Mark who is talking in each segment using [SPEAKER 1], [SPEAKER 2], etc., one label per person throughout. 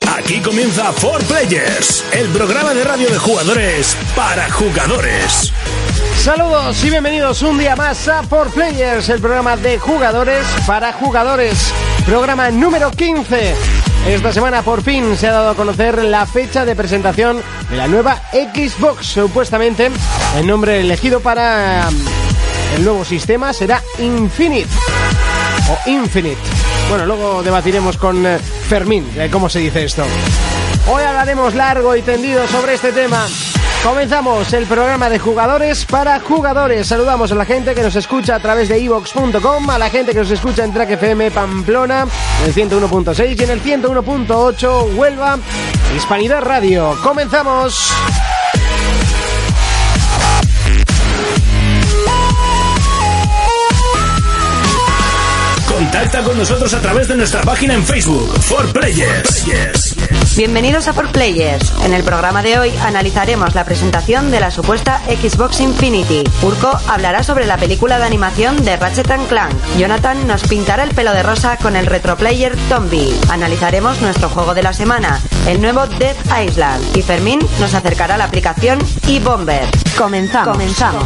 [SPEAKER 1] Aquí comienza For Players, el programa de radio de jugadores para jugadores.
[SPEAKER 2] Saludos y bienvenidos un día más a For Players, el programa de jugadores para jugadores. Programa número 15. Esta semana por fin se ha dado a conocer la fecha de presentación de la nueva Xbox. Supuestamente el nombre elegido para el nuevo sistema será Infinite o Infinite. Bueno, luego debatiremos con eh, Fermín de cómo se dice esto. Hoy hablaremos largo y tendido sobre este tema. Comenzamos el programa de jugadores para jugadores. Saludamos a la gente que nos escucha a través de evox.com, a la gente que nos escucha en Track FM Pamplona, en el 101.6 y en el 101.8 Huelva, Hispanidad Radio. Comenzamos.
[SPEAKER 1] Contacta con nosotros a través de nuestra página en Facebook, For Players.
[SPEAKER 3] Bienvenidos a For Players. En el programa de hoy analizaremos la presentación de la supuesta Xbox Infinity. Urko hablará sobre la película de animación de Ratchet and Clank. Jonathan nos pintará el pelo de rosa con el retroplayer Tombi. Analizaremos nuestro juego de la semana, el nuevo Death Island. Y Fermín nos acercará la aplicación e-Bomber. Comenzamos. Comenzamos.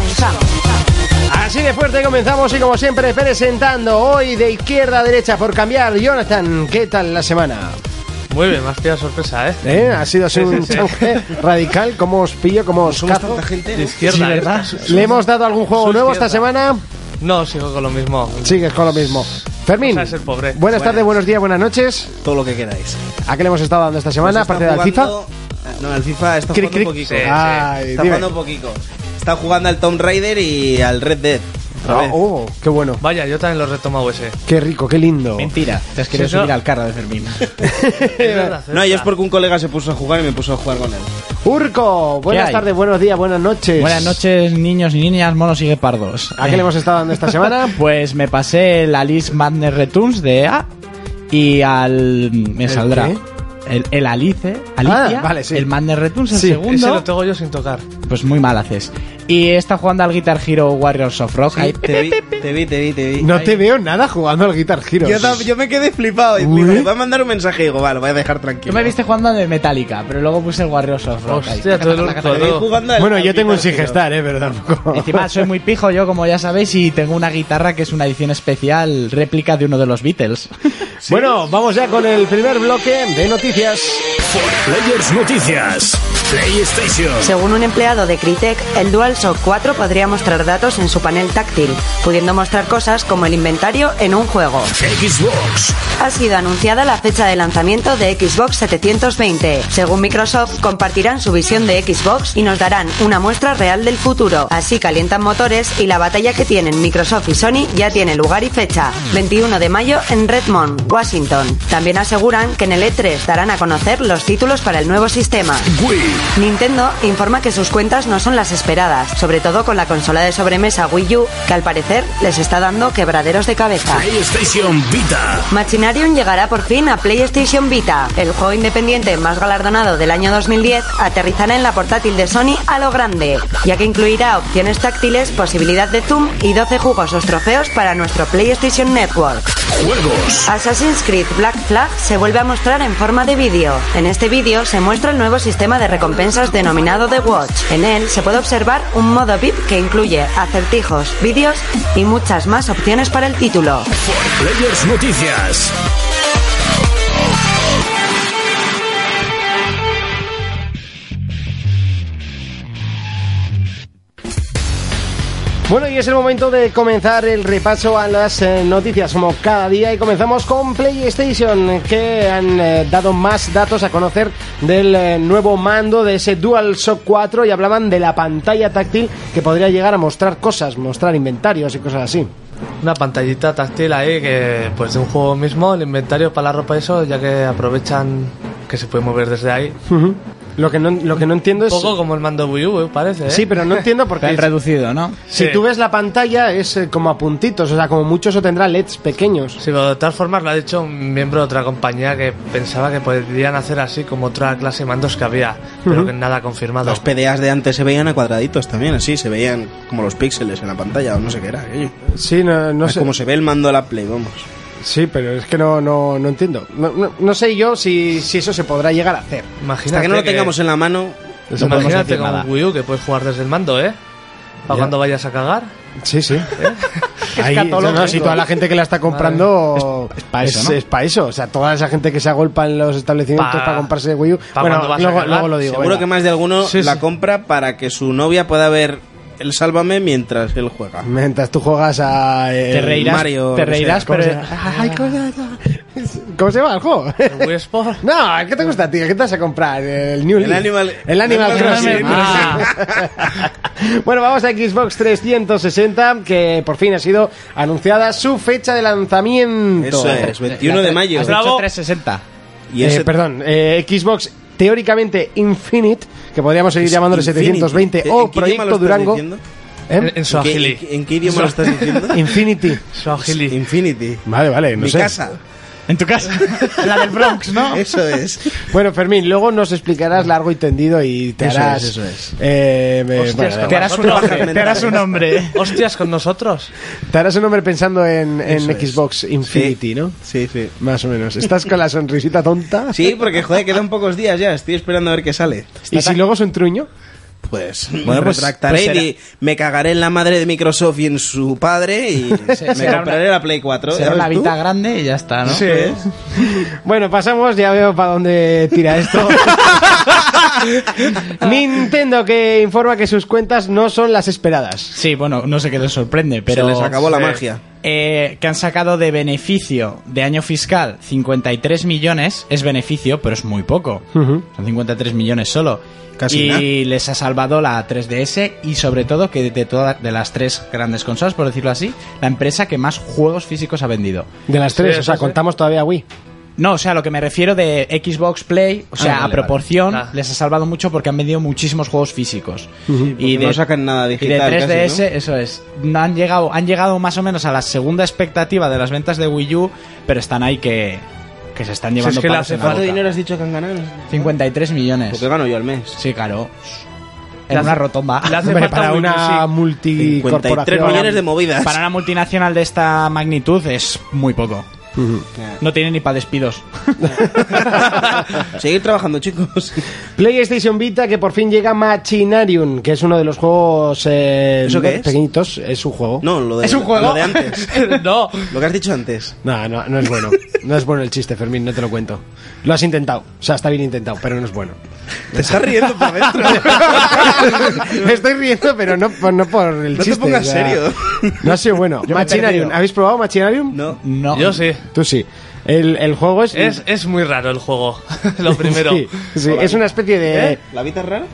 [SPEAKER 2] Así de fuerte comenzamos y como siempre presentando hoy de izquierda a derecha por cambiar. Jonathan, ¿qué tal la semana?
[SPEAKER 4] Muy bien, me has pillado sorpresa, ¿eh?
[SPEAKER 2] ¿Eh? Ha sido así
[SPEAKER 4] Sí, sí,
[SPEAKER 2] un
[SPEAKER 4] sí.
[SPEAKER 2] change radical. ¿Cómo os pillo? ¿Cómo os cazo?
[SPEAKER 4] De izquierda, ¿eh?
[SPEAKER 2] ¿Le hemos dado algún juego
[SPEAKER 4] Soy
[SPEAKER 2] nuevo esta
[SPEAKER 4] izquierda.
[SPEAKER 2] semana?
[SPEAKER 4] No, sigo con lo mismo.
[SPEAKER 2] Sigues con lo mismo. Fermín,
[SPEAKER 4] Cosa de ser pobre.
[SPEAKER 2] buenas tardes, buenos días, buenas noches.
[SPEAKER 5] todo lo que queráis. Ah,
[SPEAKER 2] ¿A qué le hemos estado dando esta semana? Aparte del FIFA.
[SPEAKER 5] No, al FIFA está
[SPEAKER 2] Cric,
[SPEAKER 5] jugando
[SPEAKER 2] cric.
[SPEAKER 5] un poquito.
[SPEAKER 4] Sí, sí.
[SPEAKER 2] Ay,
[SPEAKER 5] está
[SPEAKER 2] dime.
[SPEAKER 5] jugando un poquito. Está jugando al Tomb Raider y al Red Dead. otra
[SPEAKER 2] Ah,
[SPEAKER 5] vez.
[SPEAKER 2] Oh, qué bueno.
[SPEAKER 4] Vaya, yo también lo he retomado ese.
[SPEAKER 2] Qué rico, qué lindo.
[SPEAKER 6] Mentira, te has querido
[SPEAKER 4] Sí, no.
[SPEAKER 6] subir al carro de Fermín.
[SPEAKER 4] Es verdad, es
[SPEAKER 5] no, yo es
[SPEAKER 4] verdad.
[SPEAKER 5] porque un colega se puso a jugar y me puso a jugar con él.
[SPEAKER 2] Urco, buenas
[SPEAKER 6] hay?
[SPEAKER 2] tardes, buenos días, buenas noches.
[SPEAKER 6] Buenas noches, niños y niñas, monos y guepardos. Eh,
[SPEAKER 2] ¿A qué le hemos estado dando esta semana?
[SPEAKER 6] Pues me pasé el Alice Madness Returns de E A y al. Me
[SPEAKER 2] ¿El
[SPEAKER 6] saldrá.
[SPEAKER 2] qué?
[SPEAKER 6] El, el Alice, Alicia,
[SPEAKER 2] Ah, vale, sí.
[SPEAKER 6] el Madness Returns, el
[SPEAKER 2] Sí,
[SPEAKER 4] Ese
[SPEAKER 6] segundo.
[SPEAKER 4] lo tengo yo sin tocar.
[SPEAKER 6] Pues muy mal haces. Y está jugando al Guitar Hero Warriors of Rock. ahí.
[SPEAKER 5] Te vi, te vi, te vi, te vi.
[SPEAKER 2] No te veo nada jugando al Guitar Hero.
[SPEAKER 5] Yo, tam- yo me quedé flipado. Y
[SPEAKER 2] Uy.
[SPEAKER 5] digo, va a mandar un mensaje y digo, vale, lo voy a dejar tranquilo.
[SPEAKER 6] Yo me viste jugando al de Metallica, pero luego puse el Warriors of Rock. ahí.
[SPEAKER 4] Hostia, todo el
[SPEAKER 5] Te vi
[SPEAKER 4] todo.
[SPEAKER 5] jugando al-
[SPEAKER 2] Bueno,
[SPEAKER 5] al
[SPEAKER 2] yo tengo un
[SPEAKER 5] Guitar Hero.
[SPEAKER 2] sigestar, eh, pero tampoco.
[SPEAKER 6] Encima soy muy pijo yo, como ya sabéis, y tengo una guitarra que es una edición especial, réplica de uno de los Beatles.
[SPEAKER 2] Bueno, vamos ya con el primer bloque de noticias.
[SPEAKER 1] Players Noticias, PlayStation,
[SPEAKER 3] Según un empleado de Crytek, el DualShock 4 podría mostrar datos en su panel táctil, pudiendo mostrar cosas como el inventario en un juego.
[SPEAKER 1] Xbox,
[SPEAKER 3] Ha sido anunciada la fecha de lanzamiento de Xbox 720. Según Microsoft, compartirán su visión de Xbox y nos darán una muestra real del futuro. Así calientan motores y la batalla que tienen Microsoft y Sony ya tiene lugar y fecha. 21 de mayo en Redmond, Washington. También aseguran que en el E3 darán a conocer los títulos para el nuevo sistema.
[SPEAKER 1] Wii,
[SPEAKER 3] Nintendo informa que sus cuentas no son las esperadas, sobre todo con la consola de sobremesa Wii U, que al parecer les está dando quebraderos de cabeza.
[SPEAKER 1] PlayStation Vita,
[SPEAKER 3] Machinarium llegará por fin a PlayStation Vita. El juego independiente más galardonado del año 2010 aterrizará en la portátil de Sony a lo grande, ya que incluirá opciones táctiles, posibilidad de zoom y 12 jugosos trofeos para nuestro PlayStation Network.
[SPEAKER 1] Juegos,
[SPEAKER 3] Assassin's Creed Black Flag se vuelve a mostrar en forma de vídeo. En este vídeo se muestra el nuevo sistema de recompensas denominado The Watch. En él se puede observar un modo VIP que incluye acertijos, vídeos y muchas más opciones para el título.
[SPEAKER 1] Players Noticias,
[SPEAKER 2] Bueno, y es el momento de comenzar el repaso a las eh, noticias como cada día y comenzamos con PlayStation que han eh, dado más datos a conocer del eh, nuevo mando de ese DualShock 4 y hablaban de la pantalla táctil que podría llegar a mostrar cosas, mostrar inventarios y cosas así.
[SPEAKER 4] Una pantallita táctil ahí que, pues de un juego mismo, el inventario para la ropa y eso, ya que aprovechan que se puede mover desde ahí.
[SPEAKER 2] Lo que no, lo que no entiendo
[SPEAKER 4] Un
[SPEAKER 2] es...
[SPEAKER 4] poco como el mando Wii U, eh, parece. ¿eh?
[SPEAKER 2] Sí, pero no entiendo por
[SPEAKER 6] Tan
[SPEAKER 2] qué...
[SPEAKER 6] reducido, ¿no?
[SPEAKER 2] Si
[SPEAKER 4] Sí.
[SPEAKER 2] tú ves la pantalla es eh, como a puntitos, o sea, como mucho eso tendrá LEDs pequeños.
[SPEAKER 4] Sí, pero de todas formas lo ha dicho un miembro de otra compañía que pensaba que podrían hacer así como otra clase de mandos que había, pero que nada confirmado.
[SPEAKER 5] Los PDAs de antes se veían a cuadraditos también, así. Se veían como los píxeles en la pantalla o no sé qué era. aquello.
[SPEAKER 2] Sí, no, no
[SPEAKER 5] Es
[SPEAKER 2] sé.
[SPEAKER 5] Como se ve el mando de la Play, vamos.
[SPEAKER 2] Sí, pero es que no, no, no entiendo. No, no- no sé yo si, si eso se podrá llegar a hacer.
[SPEAKER 4] Imagínate
[SPEAKER 5] Hasta que no lo tengamos en la mano, no podemos
[SPEAKER 4] imagínate
[SPEAKER 5] decir
[SPEAKER 4] con
[SPEAKER 5] nada.
[SPEAKER 4] un Wii U que puedes jugar desde el mando, ¿eh? Para
[SPEAKER 2] Ya.
[SPEAKER 4] cuando vayas a cagar.
[SPEAKER 2] Sí, sí. Ahí,
[SPEAKER 4] Escatológico.
[SPEAKER 2] no, si toda la gente que la está comprando
[SPEAKER 6] Es- es pa' eso,
[SPEAKER 2] es,
[SPEAKER 6] ¿no?
[SPEAKER 2] es pa' eso. O sea, toda esa gente que se agolpa en los establecimientos
[SPEAKER 4] Pa-
[SPEAKER 2] para comprarse Wii U.
[SPEAKER 4] pa'
[SPEAKER 2] bueno,
[SPEAKER 4] cuando vas a
[SPEAKER 2] luego,
[SPEAKER 4] cagar,
[SPEAKER 2] luego lo digo.
[SPEAKER 5] seguro
[SPEAKER 2] venga.
[SPEAKER 5] que más de alguno
[SPEAKER 4] Sí,
[SPEAKER 5] la
[SPEAKER 4] sí.
[SPEAKER 5] compra para que su novia pueda ver el Sálvame mientras él juega.
[SPEAKER 2] Mientras tú juegas a. eh,
[SPEAKER 6] Te reirás,
[SPEAKER 5] Mario,
[SPEAKER 6] te
[SPEAKER 5] no sé,
[SPEAKER 6] reirás,
[SPEAKER 2] ¿Cómo, se
[SPEAKER 6] pero...
[SPEAKER 2] llama? Ay, ¿cómo se llama? ¿Cómo se llama el juego?
[SPEAKER 4] El Wii Sport.
[SPEAKER 2] No, ¿qué te gusta, tío? ¿Qué te vas a comprar? El New
[SPEAKER 5] El
[SPEAKER 2] Leaf.
[SPEAKER 5] Animal-
[SPEAKER 2] El Animal
[SPEAKER 5] el Animal
[SPEAKER 2] Crossing. Ah. bueno, vamos a Xbox 360, que por fin ha sido anunciada su fecha de lanzamiento.
[SPEAKER 5] Eso es, 21 de mayo.
[SPEAKER 6] Has dicho 360.
[SPEAKER 5] Y
[SPEAKER 2] Eh,
[SPEAKER 5] ese-
[SPEAKER 2] perdón, eh, Xbox teóricamente Infinite, que podríamos seguir
[SPEAKER 5] Es
[SPEAKER 2] llamándolo
[SPEAKER 5] Infinity.
[SPEAKER 2] 720
[SPEAKER 5] ¿En- en
[SPEAKER 2] o
[SPEAKER 5] qué idioma lo
[SPEAKER 2] Oh, Proyecto
[SPEAKER 5] estás
[SPEAKER 2] Durango.
[SPEAKER 5] diciendo?
[SPEAKER 2] ¿Eh?
[SPEAKER 4] En
[SPEAKER 5] ¿En qué- en
[SPEAKER 4] Swahili.
[SPEAKER 5] qué- ¿En qué idioma lo estás diciendo?
[SPEAKER 2] Infinity.
[SPEAKER 4] Swahili.
[SPEAKER 5] Infinity.
[SPEAKER 2] Vale, vale, no
[SPEAKER 5] Mi
[SPEAKER 2] sé.
[SPEAKER 5] casa.
[SPEAKER 6] En tu casa. la del Bronx, ¿no?
[SPEAKER 5] Eso es.
[SPEAKER 2] Bueno, Fermín, luego nos explicarás largo y tendido y te
[SPEAKER 6] Eso
[SPEAKER 2] harás.
[SPEAKER 6] es, eso es.
[SPEAKER 2] eh, me-
[SPEAKER 4] Hostias,
[SPEAKER 2] bueno, da
[SPEAKER 4] cabrón.
[SPEAKER 6] Te
[SPEAKER 2] igual.
[SPEAKER 6] harás un hombre. Te harás un hombre.
[SPEAKER 4] Hostias, con nosotros.
[SPEAKER 2] Te harás un hombre pensando en, en
[SPEAKER 5] Eso es.
[SPEAKER 2] Xbox Infinity, ¿no?
[SPEAKER 5] Sí, sí.
[SPEAKER 2] Más o menos. ¿Estás con la sonrisita tonta?
[SPEAKER 5] Sí, porque joder, quedan pocos días ya. Estoy esperando a ver qué sale.
[SPEAKER 2] ¿Y si luego es un truño?
[SPEAKER 5] Pues, bueno,
[SPEAKER 6] pues-
[SPEAKER 5] pues, retractaré
[SPEAKER 6] pues será-
[SPEAKER 5] y me cagaré en la madre de Microsoft y en su padre y me
[SPEAKER 6] será
[SPEAKER 5] compraré la Play 4.
[SPEAKER 6] Será
[SPEAKER 5] ¿sabes
[SPEAKER 6] la
[SPEAKER 5] tú?
[SPEAKER 6] vida grande y ya está, ¿no?
[SPEAKER 5] Sí.
[SPEAKER 2] Bueno, pasamos, ya veo para dónde tira esto. Nintendo que informa que sus cuentas no son las esperadas.
[SPEAKER 6] Sí, bueno, no sé qué les sorprende, pero...
[SPEAKER 5] Se les acabó la
[SPEAKER 4] Sí.
[SPEAKER 5] magia.
[SPEAKER 6] Eh, que han sacado de beneficio de año fiscal 53 millones. Es beneficio, pero es muy poco.
[SPEAKER 2] Ujú.
[SPEAKER 6] Son 53 millones solo.
[SPEAKER 5] Casi
[SPEAKER 6] y
[SPEAKER 5] nada.
[SPEAKER 6] les ha salvado la 3DS y sobre todo que de todas de las tres grandes consolas, por decirlo así, la empresa que más juegos físicos ha vendido.
[SPEAKER 2] De las tres,
[SPEAKER 4] Sí,
[SPEAKER 2] o sea,
[SPEAKER 4] sí, sí.
[SPEAKER 2] contamos todavía Wii.
[SPEAKER 6] No, o sea, lo que me refiero de Xbox Play, o sea,
[SPEAKER 5] vale,
[SPEAKER 6] a proporción,
[SPEAKER 4] vale. Ah.
[SPEAKER 6] les ha salvado mucho porque han vendido muchísimos juegos físicos.
[SPEAKER 5] porque no sacan nada digital
[SPEAKER 6] Y de 3DS,
[SPEAKER 5] casi,
[SPEAKER 6] eso es. No Han llegado, han llegado más o menos a la segunda expectativa de las ventas de Wii U, pero están ahí que, que se están llevando
[SPEAKER 4] es que le
[SPEAKER 6] palos
[SPEAKER 4] hace
[SPEAKER 6] en la
[SPEAKER 4] falta
[SPEAKER 6] boca.
[SPEAKER 5] has dicho que han ganado?
[SPEAKER 6] 53 millones.
[SPEAKER 5] Porque gano yo al mes.
[SPEAKER 6] Sí, claro. En
[SPEAKER 4] Le hace-
[SPEAKER 6] una rotonda.
[SPEAKER 4] le hace
[SPEAKER 2] Hombre,
[SPEAKER 4] falta
[SPEAKER 2] para
[SPEAKER 4] Wii U,
[SPEAKER 2] una
[SPEAKER 4] sí.
[SPEAKER 5] 53
[SPEAKER 2] multicorporación.
[SPEAKER 5] millones de movidas.
[SPEAKER 6] Para una multinacional de esta magnitud es muy poco. No tiene ni para despidos.
[SPEAKER 5] Seguir trabajando, chicos.
[SPEAKER 2] PlayStation Vita que por fin llega Machinarium, que es uno de los juegos eh,
[SPEAKER 5] ¿Eso qué
[SPEAKER 2] bueno,
[SPEAKER 5] es?
[SPEAKER 2] pequeñitos. Es un juego.
[SPEAKER 5] No, lo de,
[SPEAKER 6] ¿Es un juego?
[SPEAKER 5] Lo de antes.
[SPEAKER 4] no.
[SPEAKER 5] Lo que has dicho antes.
[SPEAKER 2] No, no, no es bueno. No es bueno el chiste, Fermín, no te lo cuento. Lo has intentado. O sea, está bien intentado, pero no es bueno.
[SPEAKER 5] Te estás riendo por dentro.
[SPEAKER 2] Me estoy riendo, pero no, por- no por el
[SPEAKER 5] No te
[SPEAKER 2] chiste.
[SPEAKER 5] pongas
[SPEAKER 2] o sea,
[SPEAKER 5] serio.
[SPEAKER 2] No ha sido bueno.
[SPEAKER 6] Yo me he
[SPEAKER 2] Machinarium.
[SPEAKER 6] perdido.
[SPEAKER 2] ¿Habéis probado Machinarium?
[SPEAKER 5] No.
[SPEAKER 6] No.
[SPEAKER 4] Yo sí.
[SPEAKER 2] Tú sí. El, el juego es...
[SPEAKER 4] Es, es muy raro el juego. lo primero.
[SPEAKER 2] Sí, sí, es una especie de...
[SPEAKER 5] ¿Eh? ¿La vida es rara?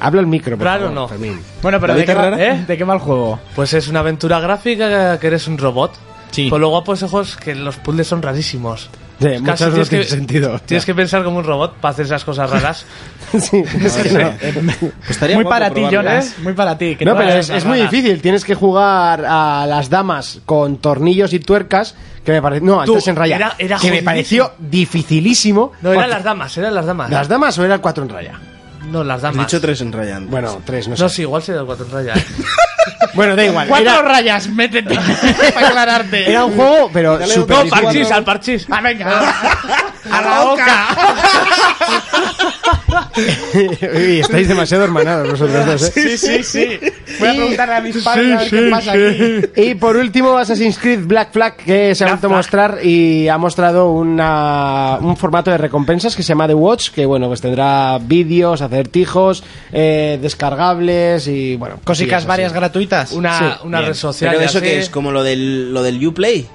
[SPEAKER 2] Habla el micro, por
[SPEAKER 4] Raro
[SPEAKER 2] favor,
[SPEAKER 4] no.
[SPEAKER 2] Fermín.
[SPEAKER 6] Bueno, pero
[SPEAKER 5] ¿La
[SPEAKER 6] ¿de qué,
[SPEAKER 5] vista
[SPEAKER 6] va,
[SPEAKER 5] rara?
[SPEAKER 6] ¿eh? ¿de qué va el juego?
[SPEAKER 4] Pues es una aventura gráfica que eres un robot.
[SPEAKER 6] Sí.
[SPEAKER 4] Por lo guapo es juego es que los puzzles son rarísimos.
[SPEAKER 2] Sí,
[SPEAKER 4] Es
[SPEAKER 2] muchos
[SPEAKER 4] casi
[SPEAKER 2] no
[SPEAKER 4] tienes
[SPEAKER 2] Eh, tienen sentido.
[SPEAKER 4] Tienes que pensar como un robot para hacer esas cosas raras.
[SPEAKER 2] Sí, es que no.
[SPEAKER 6] Muy para ti, Jonas.
[SPEAKER 5] Jonas.
[SPEAKER 6] Muy para ti. que
[SPEAKER 2] No,
[SPEAKER 6] tú
[SPEAKER 2] pero
[SPEAKER 6] hagas
[SPEAKER 2] es,
[SPEAKER 6] las
[SPEAKER 2] es muy
[SPEAKER 6] raras.
[SPEAKER 2] difícil. Tienes que jugar a las damas con tornillos y tuercas, que me parece... No,
[SPEAKER 4] Tú,
[SPEAKER 2] antes en raya.
[SPEAKER 4] era- era
[SPEAKER 2] que me
[SPEAKER 4] jodidísimo.
[SPEAKER 2] pareció dificilísimo.
[SPEAKER 4] No, eran
[SPEAKER 2] porque-
[SPEAKER 4] las damas, eran las damas.
[SPEAKER 2] ¿Las damas o era el cuatro en raya?
[SPEAKER 4] No, las
[SPEAKER 5] Has
[SPEAKER 4] damas.
[SPEAKER 5] dicho tres enrayando.
[SPEAKER 2] Bueno, tres, no sé.
[SPEAKER 4] No, sí, igual sería el cuatro en raya. ¿eh?
[SPEAKER 2] Bueno, da igual.
[SPEAKER 6] Cuatro
[SPEAKER 2] Era,
[SPEAKER 6] rayas, métete. para aclararte.
[SPEAKER 4] Eh,
[SPEAKER 2] era un juego, pero
[SPEAKER 5] Dale
[SPEAKER 2] super
[SPEAKER 5] otro
[SPEAKER 4] no, parchís, al parchís.
[SPEAKER 6] Ah, venga. A la boca.
[SPEAKER 2] Uy, estáis demasiado hermanados vosotros dos, ¿eh?
[SPEAKER 6] Sí, sí, sí. Voy a preguntarle a mis padres a ver qué pasa aquí.
[SPEAKER 2] Y por último, Assassin's Creed Black Flag, que se ha vuelto a mostrar y ha mostrado una, un formato de recompensas que se llama The Watch, que bueno, pues tendrá vídeos, acertijos, eh, descargables y bueno.
[SPEAKER 6] Cositas
[SPEAKER 2] cosillas
[SPEAKER 6] varias
[SPEAKER 2] así.
[SPEAKER 6] gratuitas.
[SPEAKER 4] Una,
[SPEAKER 2] Sí,
[SPEAKER 4] una red social.
[SPEAKER 5] Pero
[SPEAKER 4] ya
[SPEAKER 5] eso
[SPEAKER 4] sé.
[SPEAKER 5] que es como lo del, lo del Uplay.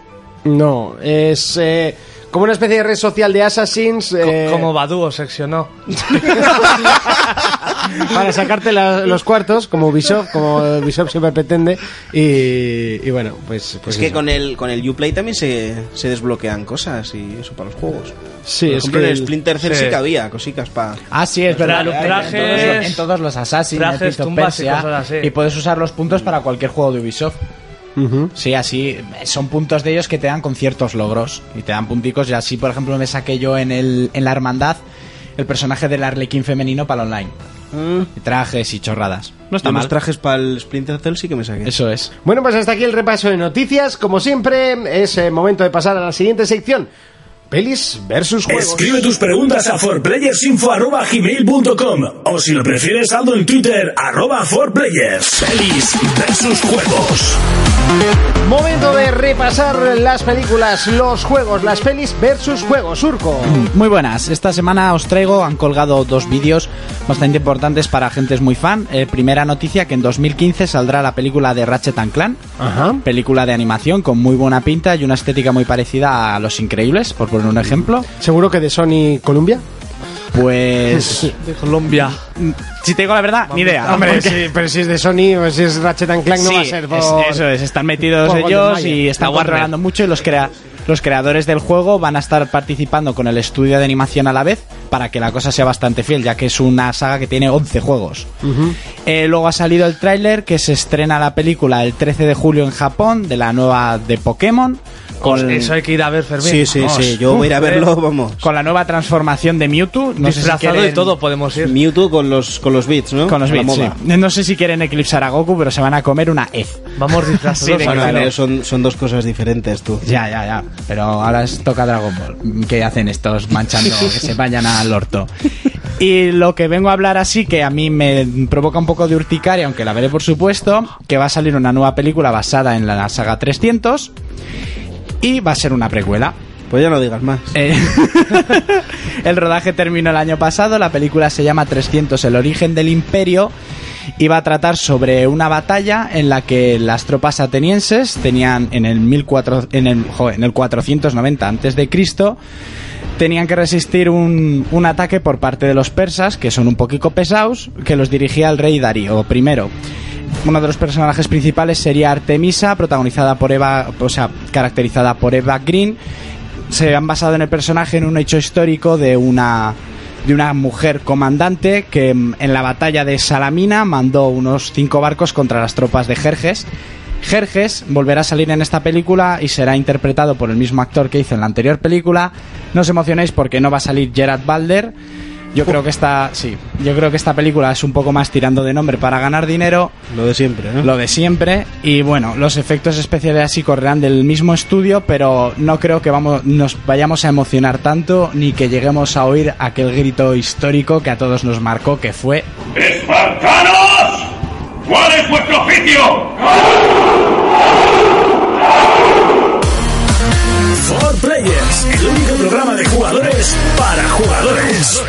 [SPEAKER 2] No, es eh, como una especie de red social de Assassins.
[SPEAKER 4] Co-
[SPEAKER 2] eh,
[SPEAKER 4] Como Badu o seccionó.
[SPEAKER 2] para sacarte la- los cuartos, como Ubisoft, como Ubisoft siempre pretende. Y, y bueno, pues. pues
[SPEAKER 5] Es que
[SPEAKER 2] eso.
[SPEAKER 5] con el, con el Uplay también se, se desbloquean cosas y eso para los juegos.
[SPEAKER 2] Sí,
[SPEAKER 5] Por
[SPEAKER 2] es
[SPEAKER 5] ejemplo,
[SPEAKER 2] que
[SPEAKER 5] en el
[SPEAKER 2] el-
[SPEAKER 5] Splinter Cell sí.
[SPEAKER 4] sí.
[SPEAKER 5] que había cositas para...
[SPEAKER 6] Ah, sí, es verdad.
[SPEAKER 4] Claro, trajes,
[SPEAKER 6] en, todos los, en todos los Assassin's, en el
[SPEAKER 4] trajes,
[SPEAKER 6] Prince of
[SPEAKER 4] tumbas y
[SPEAKER 6] Persia,
[SPEAKER 4] cosas así.
[SPEAKER 6] y puedes usar los puntos para cualquier juego de Ubisoft.
[SPEAKER 2] Ujú.
[SPEAKER 6] Sí, así son puntos de ellos que te dan con ciertos logros y te dan punticos. Y así, por ejemplo, me saqué yo en, el, en la hermandad el personaje del arlequín femenino para el online. Y trajes y chorradas. No está
[SPEAKER 5] Yo los
[SPEAKER 6] mal.
[SPEAKER 5] trajes para el Splinter Cell sí que me saqué.
[SPEAKER 6] Eso es.
[SPEAKER 2] Bueno, pues hasta aquí el repaso de noticias. Como siempre, es eh, momento de pasar a la siguiente sección. Pelis versus juegos.
[SPEAKER 1] Escribe tus preguntas a forplayersinfo@gmail.com o si lo prefieres saldo en Twitter arroba forplayers. Pelis versus juegos.
[SPEAKER 2] Momento de repasar las películas, los juegos, las pelis versus juegos. Surco.
[SPEAKER 6] Muy buenas, esta semana os traigo, han colgado dos vídeos bastante importantes para gentes muy fan. Eh, primera noticia que en 2015 saldrá la película de Ratchet and Clan,
[SPEAKER 2] Ajá.
[SPEAKER 6] película de animación con muy buena pinta y una estética muy parecida a Los Increíbles, por poner un ejemplo.
[SPEAKER 2] Seguro que de Sony Columbia.
[SPEAKER 6] Pues
[SPEAKER 4] De Colombia.
[SPEAKER 6] si te digo la verdad, ni idea.
[SPEAKER 2] Hombre,
[SPEAKER 6] Porque-
[SPEAKER 2] sí, Ah, pero si es de Sony o si es Ratchet and Clank, no
[SPEAKER 6] Sí,
[SPEAKER 2] va a ser por...
[SPEAKER 6] es- eso es, están metidos
[SPEAKER 2] por
[SPEAKER 6] ellos
[SPEAKER 2] Goldeneye.
[SPEAKER 6] y están
[SPEAKER 2] La Warner.
[SPEAKER 6] controlando mucho y los, crea- los creadores del juego van a estar participando con el estudio de animación a la vez para que la cosa sea bastante fiel, ya que es una saga que tiene 11 juegos. Eh, luego ha salido el tráiler que se estrena la película el 13 de julio en Japón de la nueva de Pokémon. Con,
[SPEAKER 4] Eso hay que ir a ver, Fermín.
[SPEAKER 5] Sí, sí,
[SPEAKER 4] Vamos.
[SPEAKER 5] sí. Yo voy a ir a verlo, vamos.
[SPEAKER 6] eh, con la nueva transformación de Mewtwo. No sé si
[SPEAKER 4] Disfrazado
[SPEAKER 6] quieren-
[SPEAKER 4] y todo podemos ir.
[SPEAKER 5] Mewtwo con los, con los beats, ¿no?
[SPEAKER 6] Con los
[SPEAKER 5] La
[SPEAKER 6] bits,
[SPEAKER 5] moda.
[SPEAKER 6] sí. No sé si quieren eclipsar a Goku, pero se van a comer una ez.
[SPEAKER 4] Vamos
[SPEAKER 6] Sí,
[SPEAKER 4] disfrazados.
[SPEAKER 6] de
[SPEAKER 4] al
[SPEAKER 5] Bueno,
[SPEAKER 6] claro.
[SPEAKER 4] cine.
[SPEAKER 5] pero son, son dos cosas diferentes, tú.
[SPEAKER 6] Ya, ya, ya. Pero ahora es toca Dragon Ball. ¿Qué hacen estos manchando? que se vayan al orto. Y lo que vengo a hablar así, que a mí me provoca un poco de urticaria, aunque la veré por supuesto, que va a salir una nueva película basada en la saga 300 y va a ser una precuela.
[SPEAKER 5] Pues ya no digas más.
[SPEAKER 6] Eh, el rodaje terminó el año pasado, la película se llama 300, el origen del imperio, y va a tratar sobre una batalla en la que las tropas atenienses tenían en el, 1400 en el, jo, en el 490 antes de Cristo tenían que resistir un, un ataque por parte de los persas, que son un poquito pesados, que los dirigía el rey Darío I. Uno de los personajes principales sería Artemisa, protagonizada por Eva, o sea, caracterizada por Eva Green. Se han basado en el personaje en un hecho histórico de una de una mujer comandante que mm, en la batalla de Salamina mandó unos cinco barcos contra las tropas de Jerjes. Jerjes volverá a salir en esta película y será interpretado por el mismo actor que hizo en la anterior película. No os emocionéis porque no va a salir Gerard Balder. Yo creo que esta, sí, yo creo que esta película es un poco más tirando de nombre para ganar dinero,
[SPEAKER 5] Lo de siempre, ¿no?
[SPEAKER 6] Eh. lo de siempre y bueno, los efectos especiales así correrán del mismo estudio, pero no creo que vamos, nos vayamos a emocionar tanto ni que lleguemos a oír aquel grito histórico que a todos nos marcó, que fue
[SPEAKER 7] ¡Espartanos! ¿Cuál es vuestro oficio?
[SPEAKER 1] For Players, el único programa de jugadores para jugadores.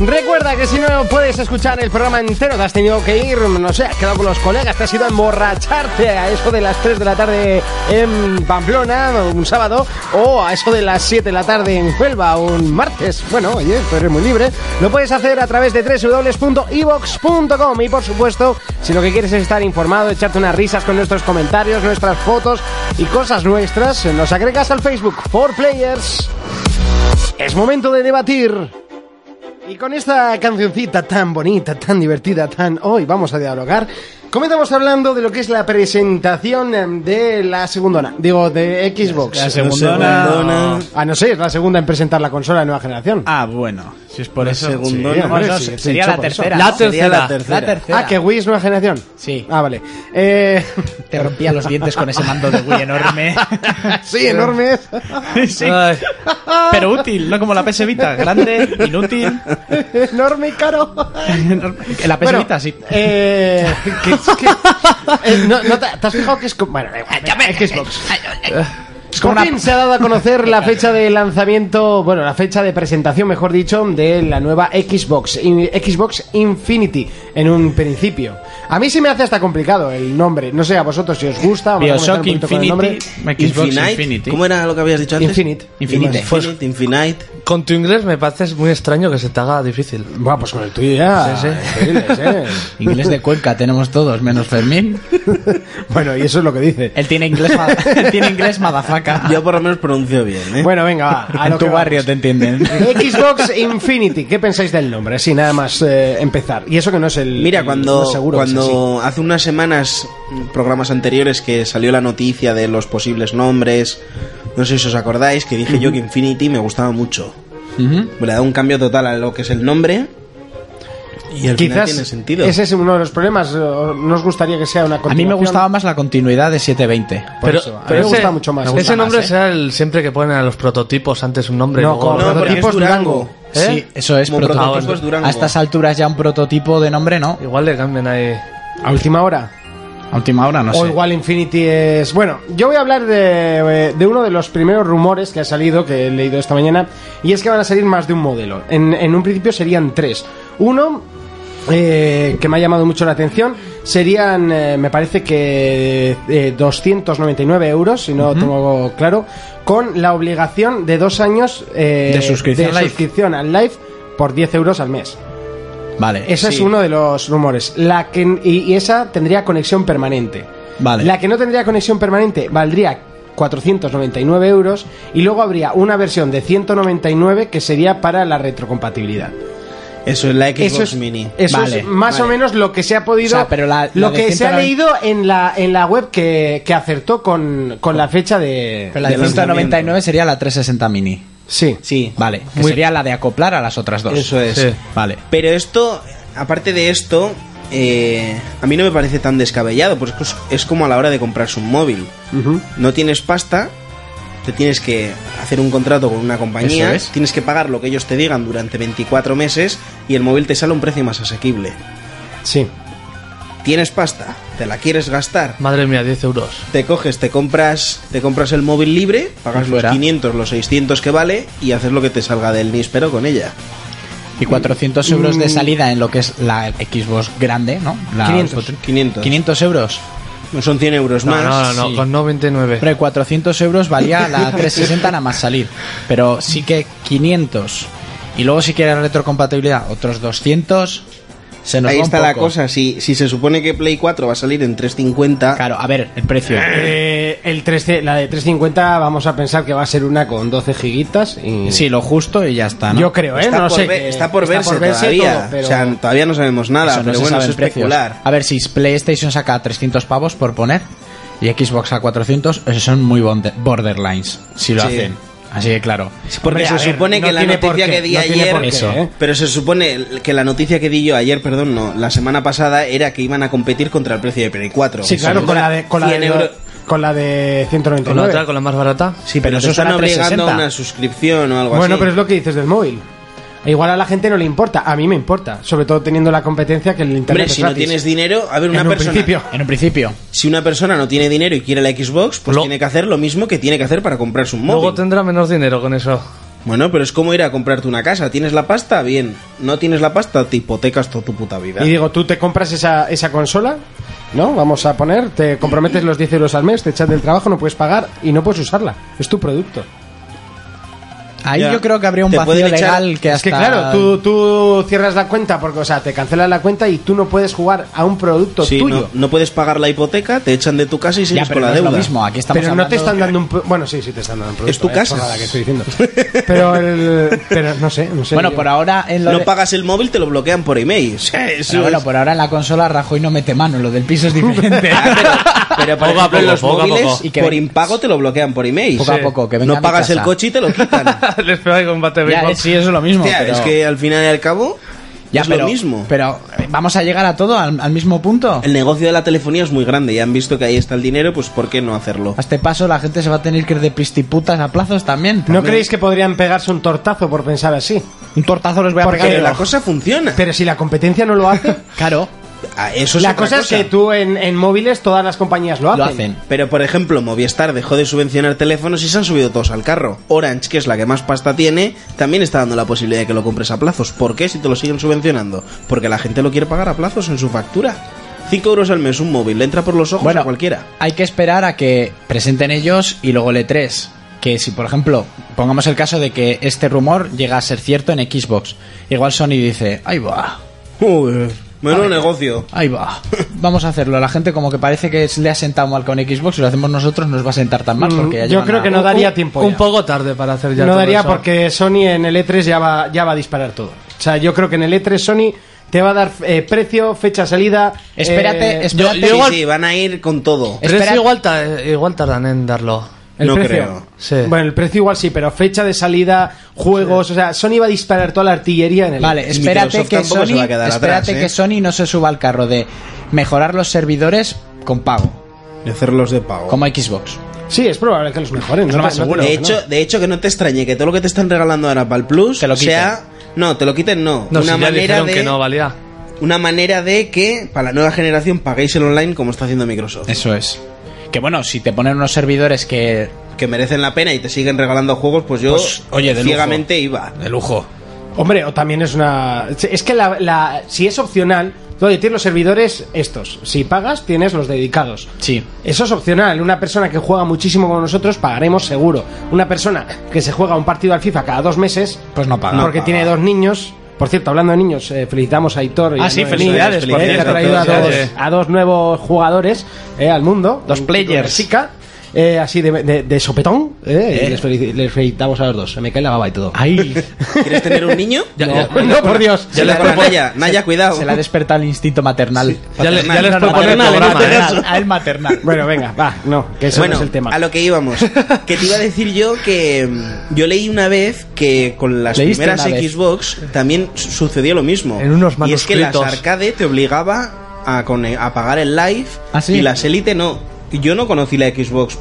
[SPEAKER 2] Recuerda que si no puedes escuchar el programa entero, te has tenido que ir, no sé, has quedado con los colegas, te has ido a emborracharte a eso de las 3 de la tarde en Pamplona, un sábado, o a eso de las 7 de la tarde en Huelva, un martes. Bueno, oye, tú eres muy libre. Lo puedes hacer a través de www.evox.com y, por supuesto, si lo que quieres es estar informado, echarte unas risas con nuestros comentarios, nuestras fotos y cosas nuestras, nos agregas al Facebook For Players. Es momento de debatir. Y con esta cancioncita tan bonita, tan divertida, tan hoy vamos a dialogar, comenzamos hablando de lo que es la presentación em, de la segundona, digo, de Xbox.
[SPEAKER 6] la segundona.
[SPEAKER 5] segundona.
[SPEAKER 2] Ah, no sé, es la segunda en presentar la consola de nueva generación.
[SPEAKER 6] Ah, bueno, si es por eso.
[SPEAKER 5] segundona.
[SPEAKER 2] Sí, hombre,
[SPEAKER 6] No, no,
[SPEAKER 2] sí, estoy
[SPEAKER 6] sería
[SPEAKER 2] hecho
[SPEAKER 6] la
[SPEAKER 2] por eso.
[SPEAKER 6] tercera.
[SPEAKER 4] La
[SPEAKER 6] ¿no?
[SPEAKER 4] tercera.
[SPEAKER 6] Sería
[SPEAKER 5] tercera.
[SPEAKER 6] La tercera.
[SPEAKER 2] Ah, que Wii es nueva generación.
[SPEAKER 6] Sí.
[SPEAKER 2] Ah, vale. Eh,
[SPEAKER 6] Te rompía los dientes con ese mando de Wii enorme.
[SPEAKER 2] sí, enorme es.
[SPEAKER 6] Sí.
[SPEAKER 4] Ay,
[SPEAKER 6] Pero útil, no como la PS Vita, grande, inútil.
[SPEAKER 2] enorme y caro.
[SPEAKER 6] La PS
[SPEAKER 2] Bueno,
[SPEAKER 6] Vita, sí.
[SPEAKER 2] eh, que- que- eh, no, no te, te has fijado que es... co- Bueno, da igual, Xbox.
[SPEAKER 6] Es
[SPEAKER 2] Por
[SPEAKER 6] como una-
[SPEAKER 2] fin se ha dado a conocer la fecha de lanzamiento, bueno, la fecha de presentación, mejor dicho, de la nueva Xbox, in- Xbox Infinity, en un principio. A mí se me hace hasta complicado el nombre. No sé a vosotros si os gusta. vamos a comentar un
[SPEAKER 6] Bioshock
[SPEAKER 2] poquito con el
[SPEAKER 6] Infinity.
[SPEAKER 2] nombre.
[SPEAKER 6] Xbox
[SPEAKER 5] Infinite.
[SPEAKER 6] Infinity.
[SPEAKER 5] ¿Cómo era lo que habías dicho antes?
[SPEAKER 2] Infinite.
[SPEAKER 6] Infinite.
[SPEAKER 5] Infinite. Infinite.
[SPEAKER 4] Con tu inglés me parece muy extraño que se te haga difícil.
[SPEAKER 2] Buah, pues con el tuyo ya.
[SPEAKER 4] Sí, sí.
[SPEAKER 2] increíbles, ¿eh?
[SPEAKER 6] Inglés de Cuenca tenemos todos, menos Fermín.
[SPEAKER 2] bueno, y eso es lo que dice.
[SPEAKER 6] Él tiene inglés, ma- él tiene inglés madafaca.
[SPEAKER 5] Yo por lo menos pronuncio bien, ¿eh?
[SPEAKER 2] Bueno, venga, va, a lo
[SPEAKER 6] en tu
[SPEAKER 2] que
[SPEAKER 6] barrio
[SPEAKER 2] vamos.
[SPEAKER 6] te entienden.
[SPEAKER 2] Xbox Infinity, ¿qué pensáis del nombre? Así nada más eh, empezar. Y eso que no es el.
[SPEAKER 5] Mira,
[SPEAKER 2] el- Eh, no
[SPEAKER 5] cuando,
[SPEAKER 2] es seguro que es así.
[SPEAKER 5] cuando hace unas semanas, programas anteriores, que salió la noticia de los posibles nombres, no sé si os acordáis, que dije yo que Infinity me gustaba mucho.
[SPEAKER 6] Ujú.
[SPEAKER 5] Le da un cambio total a lo que es el nombre. Y al final tiene sentido.
[SPEAKER 2] ese es uno de los problemas. o- Nos gustaría que sea una
[SPEAKER 6] A mí me
[SPEAKER 2] continuación.
[SPEAKER 6] gustaba más la continuidad de 720.
[SPEAKER 2] Por eso, a mí me gusta mucho más.
[SPEAKER 4] Ese
[SPEAKER 2] Gusta
[SPEAKER 4] nombre
[SPEAKER 6] más, ¿eh?
[SPEAKER 4] será el siempre que ponen a los prototipos antes un nombre.
[SPEAKER 2] No,
[SPEAKER 4] luego-
[SPEAKER 2] correcto.
[SPEAKER 5] no, porque es
[SPEAKER 2] prototipo es
[SPEAKER 5] Durango.
[SPEAKER 2] Durango.
[SPEAKER 4] ¿Eh?
[SPEAKER 6] Sí, eso es
[SPEAKER 5] Como
[SPEAKER 6] prototipo.
[SPEAKER 5] prototipo es Durango.
[SPEAKER 6] A estas alturas ya un prototipo de nombre, ¿no?
[SPEAKER 4] Igual le cambian ahí.
[SPEAKER 2] A última hora.
[SPEAKER 6] A última hora, no
[SPEAKER 2] o
[SPEAKER 6] sé.
[SPEAKER 2] igual Infinity es... Bueno, yo voy a hablar de, de uno de los primeros rumores que ha salido, que he leído esta mañana, y es que van a salir más de un modelo. En, en un principio serían tres. Uno, eh, que me ha llamado mucho la atención, serían, eh, me parece que eh, 299 euros, si no tengo claro, con la obligación de dos años eh,
[SPEAKER 6] De suscripción
[SPEAKER 2] de
[SPEAKER 6] Live.
[SPEAKER 2] suscripción al live por 10 euros al mes.
[SPEAKER 6] Vale.
[SPEAKER 2] Ese es
[SPEAKER 5] Sí.
[SPEAKER 2] uno de los rumores. La que, y, y esa tendría conexión permanente.
[SPEAKER 6] Vale.
[SPEAKER 2] La que no tendría conexión permanente valdría 499 euros y luego habría una versión de 199 que sería para la retrocompatibilidad.
[SPEAKER 5] Eso es la Xbox
[SPEAKER 2] Eso es,
[SPEAKER 5] Mini.
[SPEAKER 2] eso
[SPEAKER 6] Vale,
[SPEAKER 2] es más
[SPEAKER 5] vale.
[SPEAKER 2] o menos lo que se ha podido,
[SPEAKER 6] O sea, pero la- la
[SPEAKER 2] lo
[SPEAKER 6] de
[SPEAKER 2] que se ha
[SPEAKER 6] 190
[SPEAKER 2] leído en la, en la web que, que acertó con, con la fecha de...
[SPEAKER 6] Pero la de
[SPEAKER 5] de
[SPEAKER 6] 199 sería la 360 mini.
[SPEAKER 2] Sí.
[SPEAKER 5] Sí,
[SPEAKER 6] Vale. Que sería la de acoplar a las otras dos.
[SPEAKER 5] eso es.
[SPEAKER 4] Sí.
[SPEAKER 6] Vale.
[SPEAKER 5] Pero esto, aparte de esto, eh, a mí no me parece tan descabellado, porque es, es como a la hora de comprarse un móvil.
[SPEAKER 2] Ujú.
[SPEAKER 5] No tienes pasta, te tienes que hacer un contrato con una compañía,
[SPEAKER 6] Eso es.
[SPEAKER 5] tienes que pagar lo que ellos te digan durante 24 meses y el móvil te sale a un precio más asequible.
[SPEAKER 2] Sí.
[SPEAKER 5] Tienes pasta, te la quieres gastar,
[SPEAKER 4] Madre mía, 10 euros.
[SPEAKER 5] te coges, te compras, te compras el móvil libre, pagas
[SPEAKER 6] Y
[SPEAKER 5] los
[SPEAKER 6] fuera.
[SPEAKER 5] 500, los 600 que vale y haces lo que te salga del níspero con ella.
[SPEAKER 6] Y 400 euros
[SPEAKER 5] Mm.
[SPEAKER 6] de salida en lo que es la Xbox grande, ¿no? La
[SPEAKER 2] 500.
[SPEAKER 5] 500.
[SPEAKER 6] 500 euros.
[SPEAKER 5] Son 100 euros
[SPEAKER 4] No,
[SPEAKER 5] más.
[SPEAKER 4] no, no,
[SPEAKER 6] sí.
[SPEAKER 4] no, con 99.
[SPEAKER 6] Hombre, 400 euros valía la 360 nada más salir. Pero sí que 500. Y luego si quieres retrocompatibilidad, otros 200. Se nos
[SPEAKER 5] Ahí
[SPEAKER 6] va un
[SPEAKER 5] está la
[SPEAKER 6] poco.
[SPEAKER 5] cosa, si, si se supone que Play 4 va a salir en 350,
[SPEAKER 6] Claro, a ver, el precio.
[SPEAKER 2] Eh, el 3, la de 350 vamos a pensar que va a ser una con 12 gigas y...
[SPEAKER 6] Sí, lo justo y ya está, ¿no?
[SPEAKER 2] Yo creo, ¿eh?
[SPEAKER 5] Ah, está,
[SPEAKER 2] no
[SPEAKER 5] por
[SPEAKER 2] sé.
[SPEAKER 5] ve-
[SPEAKER 2] que-
[SPEAKER 5] está por verse todavía.
[SPEAKER 2] todo, pero-
[SPEAKER 5] O sea, todavía no sabemos nada,
[SPEAKER 6] Eso no
[SPEAKER 5] pero
[SPEAKER 6] se
[SPEAKER 5] bueno,
[SPEAKER 6] sabe
[SPEAKER 5] es
[SPEAKER 6] en precios.
[SPEAKER 5] especular.
[SPEAKER 6] A ver, si PlayStation saca 300 pavos por poner y Xbox a 400, esos son muy bonde- borderlines, si lo
[SPEAKER 5] Sí.
[SPEAKER 6] hacen. Así que claro.
[SPEAKER 5] Porque
[SPEAKER 2] Hombre,
[SPEAKER 5] se
[SPEAKER 2] a ver,
[SPEAKER 5] supone
[SPEAKER 2] no
[SPEAKER 5] que la
[SPEAKER 2] tiene por
[SPEAKER 5] noticia
[SPEAKER 2] qué,
[SPEAKER 5] que di
[SPEAKER 2] no tiene
[SPEAKER 5] ayer...
[SPEAKER 2] por qué,
[SPEAKER 6] Eso.
[SPEAKER 2] ¿eh?
[SPEAKER 5] Pero se supone que la noticia que di yo ayer, perdón, no, la semana pasada era que iban a competir contra el precio de Play 4.
[SPEAKER 2] Sí,
[SPEAKER 5] Eso
[SPEAKER 2] claro,
[SPEAKER 5] es.
[SPEAKER 2] con la de, con la
[SPEAKER 5] 100
[SPEAKER 2] de,
[SPEAKER 5] euros.
[SPEAKER 2] con la de
[SPEAKER 4] Con la
[SPEAKER 2] 199.
[SPEAKER 4] otra, con la más barata.
[SPEAKER 5] Sí, pero,
[SPEAKER 6] pero
[SPEAKER 5] te
[SPEAKER 6] eso
[SPEAKER 5] están
[SPEAKER 6] suena a
[SPEAKER 5] obligando a
[SPEAKER 6] 360.
[SPEAKER 5] una suscripción o algo
[SPEAKER 2] bueno,
[SPEAKER 5] así.
[SPEAKER 2] pero es lo que dices del móvil. Igual a la gente no le importa, a mí me importa, sobre todo teniendo la competencia que el internet
[SPEAKER 5] Hombre,
[SPEAKER 2] es
[SPEAKER 5] si no
[SPEAKER 2] gratis.
[SPEAKER 5] tienes dinero, a ver, una
[SPEAKER 2] En un
[SPEAKER 5] persona...
[SPEAKER 2] principio.
[SPEAKER 6] En un principio.
[SPEAKER 5] Si una persona no tiene dinero y quiere la Xbox, pues
[SPEAKER 4] Lo-
[SPEAKER 5] tiene que hacer lo mismo que tiene que hacer para comprarse un móvil.
[SPEAKER 4] Luego tendrá menos dinero con eso.
[SPEAKER 5] Bueno, pero es como ir a comprarte una casa. ¿Tienes la pasta? Bien. ¿No tienes la pasta? Te hipotecas toda tu puta vida.
[SPEAKER 2] Y digo, tú te compras esa, esa consola, ¿no? Vamos a poner, te comprometes los 10 euros al mes, te echas del trabajo, no puedes pagar y no puedes usarla. Es tu producto.
[SPEAKER 6] Ahí
[SPEAKER 5] Ya.
[SPEAKER 6] yo creo que habría un
[SPEAKER 5] Te
[SPEAKER 6] vacío
[SPEAKER 5] pueden echar-
[SPEAKER 6] legal que
[SPEAKER 2] Es
[SPEAKER 6] hasta
[SPEAKER 2] que claro, tú, tú cierras la cuenta, porque, o sea, te cancelan la cuenta y tú no puedes jugar a un producto
[SPEAKER 5] Sí,
[SPEAKER 2] tuyo.
[SPEAKER 5] no, no puedes pagar la hipoteca, te echan de tu casa y
[SPEAKER 6] ya,
[SPEAKER 5] sigues
[SPEAKER 6] pero
[SPEAKER 5] con la
[SPEAKER 6] no es
[SPEAKER 5] deuda.
[SPEAKER 6] lo mismo, aquí estamos
[SPEAKER 2] Pero no te están
[SPEAKER 6] hablando-
[SPEAKER 2] dando un... pro- Bueno, sí, sí te están dando un producto.
[SPEAKER 5] Es tu
[SPEAKER 2] eh,
[SPEAKER 5] casa.
[SPEAKER 2] por nada que estoy diciendo. Pero, el, pero no sé, no sé.
[SPEAKER 6] Bueno,
[SPEAKER 2] yo-
[SPEAKER 6] por ahora en lo
[SPEAKER 5] No
[SPEAKER 6] de-
[SPEAKER 5] pagas el móvil, te lo bloquean por email. O sea, eso
[SPEAKER 6] Pero bueno,
[SPEAKER 5] es-
[SPEAKER 6] por ahora en la consola Rajoy no mete mano, lo del piso es diferente.
[SPEAKER 5] pero por
[SPEAKER 4] Poco a
[SPEAKER 5] ejemplo,
[SPEAKER 4] poco,
[SPEAKER 5] en los
[SPEAKER 4] poco a
[SPEAKER 5] móviles,
[SPEAKER 4] poco.
[SPEAKER 6] Y que
[SPEAKER 5] por
[SPEAKER 6] ven-
[SPEAKER 5] impago te lo bloquean por email.
[SPEAKER 6] Poco a poco, que vengan
[SPEAKER 5] No
[SPEAKER 6] de
[SPEAKER 5] pagas el
[SPEAKER 6] casa.
[SPEAKER 5] coche y te lo quitan.
[SPEAKER 4] Les pego ahí con bate
[SPEAKER 6] Ya,
[SPEAKER 4] béisbol.
[SPEAKER 6] eh, sí, eso es lo mismo.
[SPEAKER 5] Hostia,
[SPEAKER 6] pero-
[SPEAKER 5] Es que al final y al cabo
[SPEAKER 6] ya,
[SPEAKER 5] es
[SPEAKER 6] pero,
[SPEAKER 5] lo mismo.
[SPEAKER 6] Pero eh, vamos a llegar a todo al, al mismo punto.
[SPEAKER 5] El negocio de la telefonía es muy grande y han visto que ahí está el dinero, pues ¿por qué no hacerlo?
[SPEAKER 6] A este paso la gente se va a tener que ir de pistiputas a plazos también.
[SPEAKER 2] ¿No creéis que podrían pegarse un tortazo por pensar así?
[SPEAKER 6] Un tortazo los voy a
[SPEAKER 2] Porque
[SPEAKER 6] pegar.
[SPEAKER 5] Pero
[SPEAKER 6] yo.
[SPEAKER 5] la cosa funciona.
[SPEAKER 2] Pero si la competencia no lo hace,
[SPEAKER 6] Claro,
[SPEAKER 5] Ah, eso es
[SPEAKER 2] la
[SPEAKER 5] otra
[SPEAKER 2] cosa, es que tú en, en móviles todas las compañías lo hacen.
[SPEAKER 6] lo hacen.
[SPEAKER 5] Pero por ejemplo, Movistar dejó de subvencionar teléfonos y se han subido todos al carro. Orange, que es la que más pasta tiene, también está dando la posibilidad de que lo compres a plazos. ¿Por qué si te lo siguen subvencionando? Porque la gente lo quiere pagar a plazos en su factura. 5 euros al mes un móvil, le entra por los ojos
[SPEAKER 6] Bueno,
[SPEAKER 5] a cualquiera.
[SPEAKER 6] Hay que esperar a que presenten ellos y luego el E3. Que si, por ejemplo, pongamos el caso de que este rumor llega a ser cierto en Xbox, igual Sony dice, ahí va,
[SPEAKER 5] menos negocio.
[SPEAKER 6] ahí va, vamos a hacerlo. A la gente como que parece que le ha sentado mal con Xbox, si lo hacemos nosotros nos va a sentar tan mal.
[SPEAKER 2] Mm,
[SPEAKER 6] Porque ya
[SPEAKER 2] yo
[SPEAKER 6] llevan
[SPEAKER 2] creo
[SPEAKER 6] a-
[SPEAKER 2] que no daría
[SPEAKER 4] Un-
[SPEAKER 2] tiempo.
[SPEAKER 4] Un
[SPEAKER 2] ya.
[SPEAKER 4] poco tarde para hacer ya
[SPEAKER 2] no
[SPEAKER 4] todo
[SPEAKER 2] daría
[SPEAKER 4] eso.
[SPEAKER 2] porque Sony en el E3 ya va, ya va a disparar todo. O sea, yo creo que en el E3 Sony te va a dar eh, precio, fecha salida.
[SPEAKER 6] Espérate,
[SPEAKER 2] eh,
[SPEAKER 6] espérate.
[SPEAKER 5] Sí, sí, van a ir con todo.
[SPEAKER 4] Eh,
[SPEAKER 6] Espera-
[SPEAKER 4] Pero es igual, ta- igual tardan en darlo.
[SPEAKER 2] ¿El
[SPEAKER 5] no
[SPEAKER 2] precio?
[SPEAKER 5] creo.
[SPEAKER 4] Sí.
[SPEAKER 2] Bueno, el precio igual sí, pero fecha de salida, juegos, o sea, Sony va a disparar toda la artillería en el.
[SPEAKER 6] Vale,
[SPEAKER 5] Microsoft
[SPEAKER 6] espérate que
[SPEAKER 5] tampoco se
[SPEAKER 6] Sony,
[SPEAKER 5] va a quedar atrás,
[SPEAKER 6] espérate
[SPEAKER 5] ¿eh?
[SPEAKER 6] que Sony no se suba al carro de mejorar los servidores con pago,
[SPEAKER 5] De hacerlos de pago.
[SPEAKER 6] como Xbox.
[SPEAKER 2] Sí, es probable que los mejoren, no,
[SPEAKER 6] lo más
[SPEAKER 2] te- no te
[SPEAKER 6] seguro.
[SPEAKER 5] de,
[SPEAKER 2] digo que
[SPEAKER 5] hecho, de hecho, que no te extrañe que todo lo que te están regalando ahora para el Plus
[SPEAKER 6] Te lo quiten.
[SPEAKER 5] sea. No, te lo quiten, no.
[SPEAKER 4] No,
[SPEAKER 5] una,
[SPEAKER 4] si ya
[SPEAKER 5] manera
[SPEAKER 4] dijeron
[SPEAKER 5] de,
[SPEAKER 4] que no valía.
[SPEAKER 5] una manera de que para la nueva generación paguéis el online como está haciendo Microsoft.
[SPEAKER 6] Eso es. Que bueno, si te ponen unos servidores que
[SPEAKER 5] Que merecen la pena y te siguen regalando juegos, pues yo
[SPEAKER 6] Pues, oye, de lujo.
[SPEAKER 5] ciegamente iba.
[SPEAKER 6] de lujo.
[SPEAKER 2] no. Hombre, o también es una. Es que la, la- si es opcional, oye, tienes los servidores estos. Si pagas, tienes los dedicados.
[SPEAKER 6] Sí.
[SPEAKER 2] Eso es opcional. Una persona que juega muchísimo con nosotros pagaremos seguro. Una persona que se juega un partido al FIFA cada dos meses,
[SPEAKER 6] Pues no paga.
[SPEAKER 2] porque
[SPEAKER 5] paga.
[SPEAKER 2] tiene dos niños. Por cierto, hablando de niños, eh, felicitamos a Hitor. y
[SPEAKER 6] Ah,
[SPEAKER 2] a
[SPEAKER 6] sí,
[SPEAKER 2] Noemí, eh,
[SPEAKER 6] felicidades,
[SPEAKER 2] que ha
[SPEAKER 5] felicidades a
[SPEAKER 2] traído a
[SPEAKER 5] todos.
[SPEAKER 2] dos, a dos nuevos jugadores eh, al mundo.
[SPEAKER 6] Dos
[SPEAKER 2] Un chico y una
[SPEAKER 6] players.
[SPEAKER 2] Chica. eh, así de, de- de sopetón. eh, y
[SPEAKER 6] Eh.
[SPEAKER 2] Les, felici- les felicitamos a los dos. Se me cae la baba y todo.
[SPEAKER 6] Ahí.
[SPEAKER 5] ¿Quieres tener un niño?
[SPEAKER 4] Ya,
[SPEAKER 2] no,
[SPEAKER 4] ya-
[SPEAKER 2] no, por Dios.
[SPEAKER 5] Se la da Naya, Naya, cuidado.
[SPEAKER 6] Se le ha despertado el instinto maternal.
[SPEAKER 4] ya le- ya les
[SPEAKER 6] No, no,
[SPEAKER 4] propongo el
[SPEAKER 6] maternal,
[SPEAKER 4] programa, ¿eh?
[SPEAKER 6] maternal, a él maternal.
[SPEAKER 2] Bueno, venga, va. No, que eso
[SPEAKER 5] bueno,
[SPEAKER 2] no es el tema.
[SPEAKER 5] a lo que íbamos. Que te iba a decir yo que mm, yo leí una vez que con las
[SPEAKER 6] Leíste
[SPEAKER 5] primeras
[SPEAKER 6] una vez.
[SPEAKER 5] Xbox también su- sucedió lo mismo.
[SPEAKER 4] En unos
[SPEAKER 5] y es que las
[SPEAKER 4] manuscritos.
[SPEAKER 5] arcade te obligaba a, cone- a pagar el live
[SPEAKER 6] ¿Ah, sí?
[SPEAKER 5] y las Elite no. Yo no conocí la Xbox.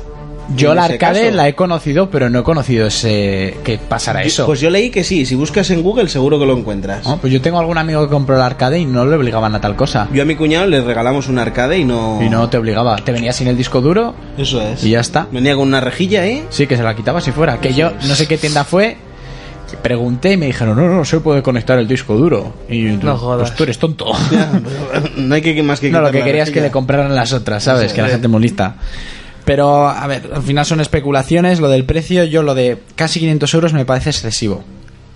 [SPEAKER 6] Yo
[SPEAKER 5] en
[SPEAKER 6] la
[SPEAKER 5] ese
[SPEAKER 6] arcade
[SPEAKER 5] caso.
[SPEAKER 6] la he conocido, pero no he conocido ese que pasara eso.
[SPEAKER 5] Pues yo leí que sí, si buscas en Google seguro que lo encuentras.
[SPEAKER 6] Ah, pues yo tengo algún amigo que compró la arcade y no le obligaban a tal cosa.
[SPEAKER 5] Yo a mi cuñado le regalamos un arcade y no.
[SPEAKER 6] Y no te obligaba. Te venía sin el disco duro
[SPEAKER 5] Eso es.
[SPEAKER 6] y ya está.
[SPEAKER 5] Venía con una rejilla, ¿eh?
[SPEAKER 6] Sí, que se la quitaba si fuera. Que yo no sé qué tienda fue. Pregunté y me dijeron, no, no, se puede conectar el disco duro. Y tú,
[SPEAKER 4] No jodas.
[SPEAKER 6] pues tú eres tonto.
[SPEAKER 5] no hay que más que
[SPEAKER 6] No, lo
[SPEAKER 5] quitar
[SPEAKER 6] que
[SPEAKER 5] la
[SPEAKER 6] quería es que
[SPEAKER 5] rejilla.
[SPEAKER 6] le compraran las otras, ¿sabes? Que la gente es muy lista. Pero, a ver, al final son especulaciones. Lo del precio, yo lo de casi 500 euros me parece excesivo.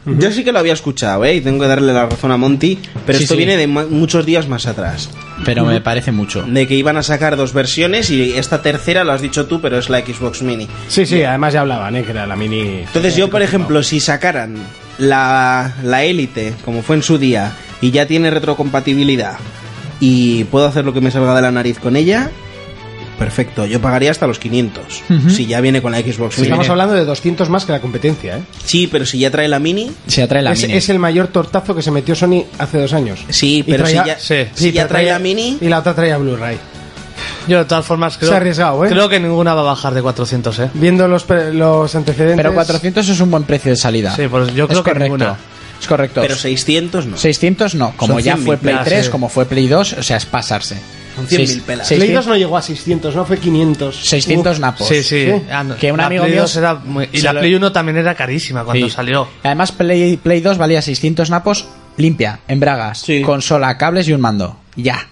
[SPEAKER 5] Yo sí que lo había escuchado, ¿eh? Y tengo que darle la razón a Monty, pero
[SPEAKER 6] Sí,
[SPEAKER 5] esto
[SPEAKER 6] sí.
[SPEAKER 5] viene de mu- muchos días más atrás.
[SPEAKER 6] Pero me parece mucho.
[SPEAKER 5] De que iban a sacar dos versiones y esta tercera lo has dicho tú, pero es la Xbox Mini.
[SPEAKER 2] Sí, sí, además ya hablaban, ¿eh? Que era la mini.
[SPEAKER 5] Entonces yo, por ejemplo, si sacaran la, la Elite, como fue en su día, y ya tiene retrocompatibilidad, y puedo hacer lo que me salga de la nariz con ella, perfecto, yo pagaría hasta los 500, si ya viene con la Xbox Mini.
[SPEAKER 2] Estamos hablando de 200 más que la competencia, ¿eh?
[SPEAKER 5] Sí, pero si ya trae la Mini...
[SPEAKER 6] Se atrae la
[SPEAKER 2] es,
[SPEAKER 6] mini.
[SPEAKER 2] es el mayor tortazo que se metió Sony hace dos años.
[SPEAKER 5] Sí,
[SPEAKER 2] Y
[SPEAKER 5] pero si
[SPEAKER 2] traía-
[SPEAKER 5] ya,
[SPEAKER 4] sí,
[SPEAKER 5] si ya
[SPEAKER 2] pero
[SPEAKER 5] trae la Mini...
[SPEAKER 2] Y la otra traía Blu-ray.
[SPEAKER 4] Yo de todas formas creo,
[SPEAKER 2] Se ha arriesgado, ¿eh?
[SPEAKER 4] creo que ninguna va a bajar de 400, ¿eh?
[SPEAKER 2] Viendo los, pre- los antecedentes.
[SPEAKER 6] Pero 400 es un buen precio de salida.
[SPEAKER 4] Sí, pues yo
[SPEAKER 6] Es
[SPEAKER 4] creo que
[SPEAKER 6] correcto.
[SPEAKER 4] ninguna.
[SPEAKER 6] Es correcto.
[SPEAKER 5] Pero 600 no.
[SPEAKER 6] 600 no. Como
[SPEAKER 5] Son
[SPEAKER 6] ya
[SPEAKER 5] 100.000
[SPEAKER 6] fue Play
[SPEAKER 4] pelas,
[SPEAKER 6] 3,
[SPEAKER 4] sí.
[SPEAKER 6] como fue Play 2, o sea, es pasarse.
[SPEAKER 5] Son 100.000
[SPEAKER 6] Seis-
[SPEAKER 5] pelas.
[SPEAKER 2] Play
[SPEAKER 6] 600
[SPEAKER 2] 2 no llegó a 600, no fue 500.
[SPEAKER 6] 600 napos.
[SPEAKER 4] Sí, sí.
[SPEAKER 2] Sí.
[SPEAKER 4] Ah, no,
[SPEAKER 6] Que un
[SPEAKER 4] la
[SPEAKER 6] amigo
[SPEAKER 4] Play
[SPEAKER 6] mío
[SPEAKER 4] 2 era muy- Y
[SPEAKER 6] se
[SPEAKER 4] la
[SPEAKER 6] lo-
[SPEAKER 4] Play 1 también era carísima cuando
[SPEAKER 6] Sí.
[SPEAKER 4] salió.
[SPEAKER 6] Además, Play, Play 2 valía 600 napos limpia, en bragas,
[SPEAKER 5] Sí.
[SPEAKER 6] consola, cables y un mando. Ya.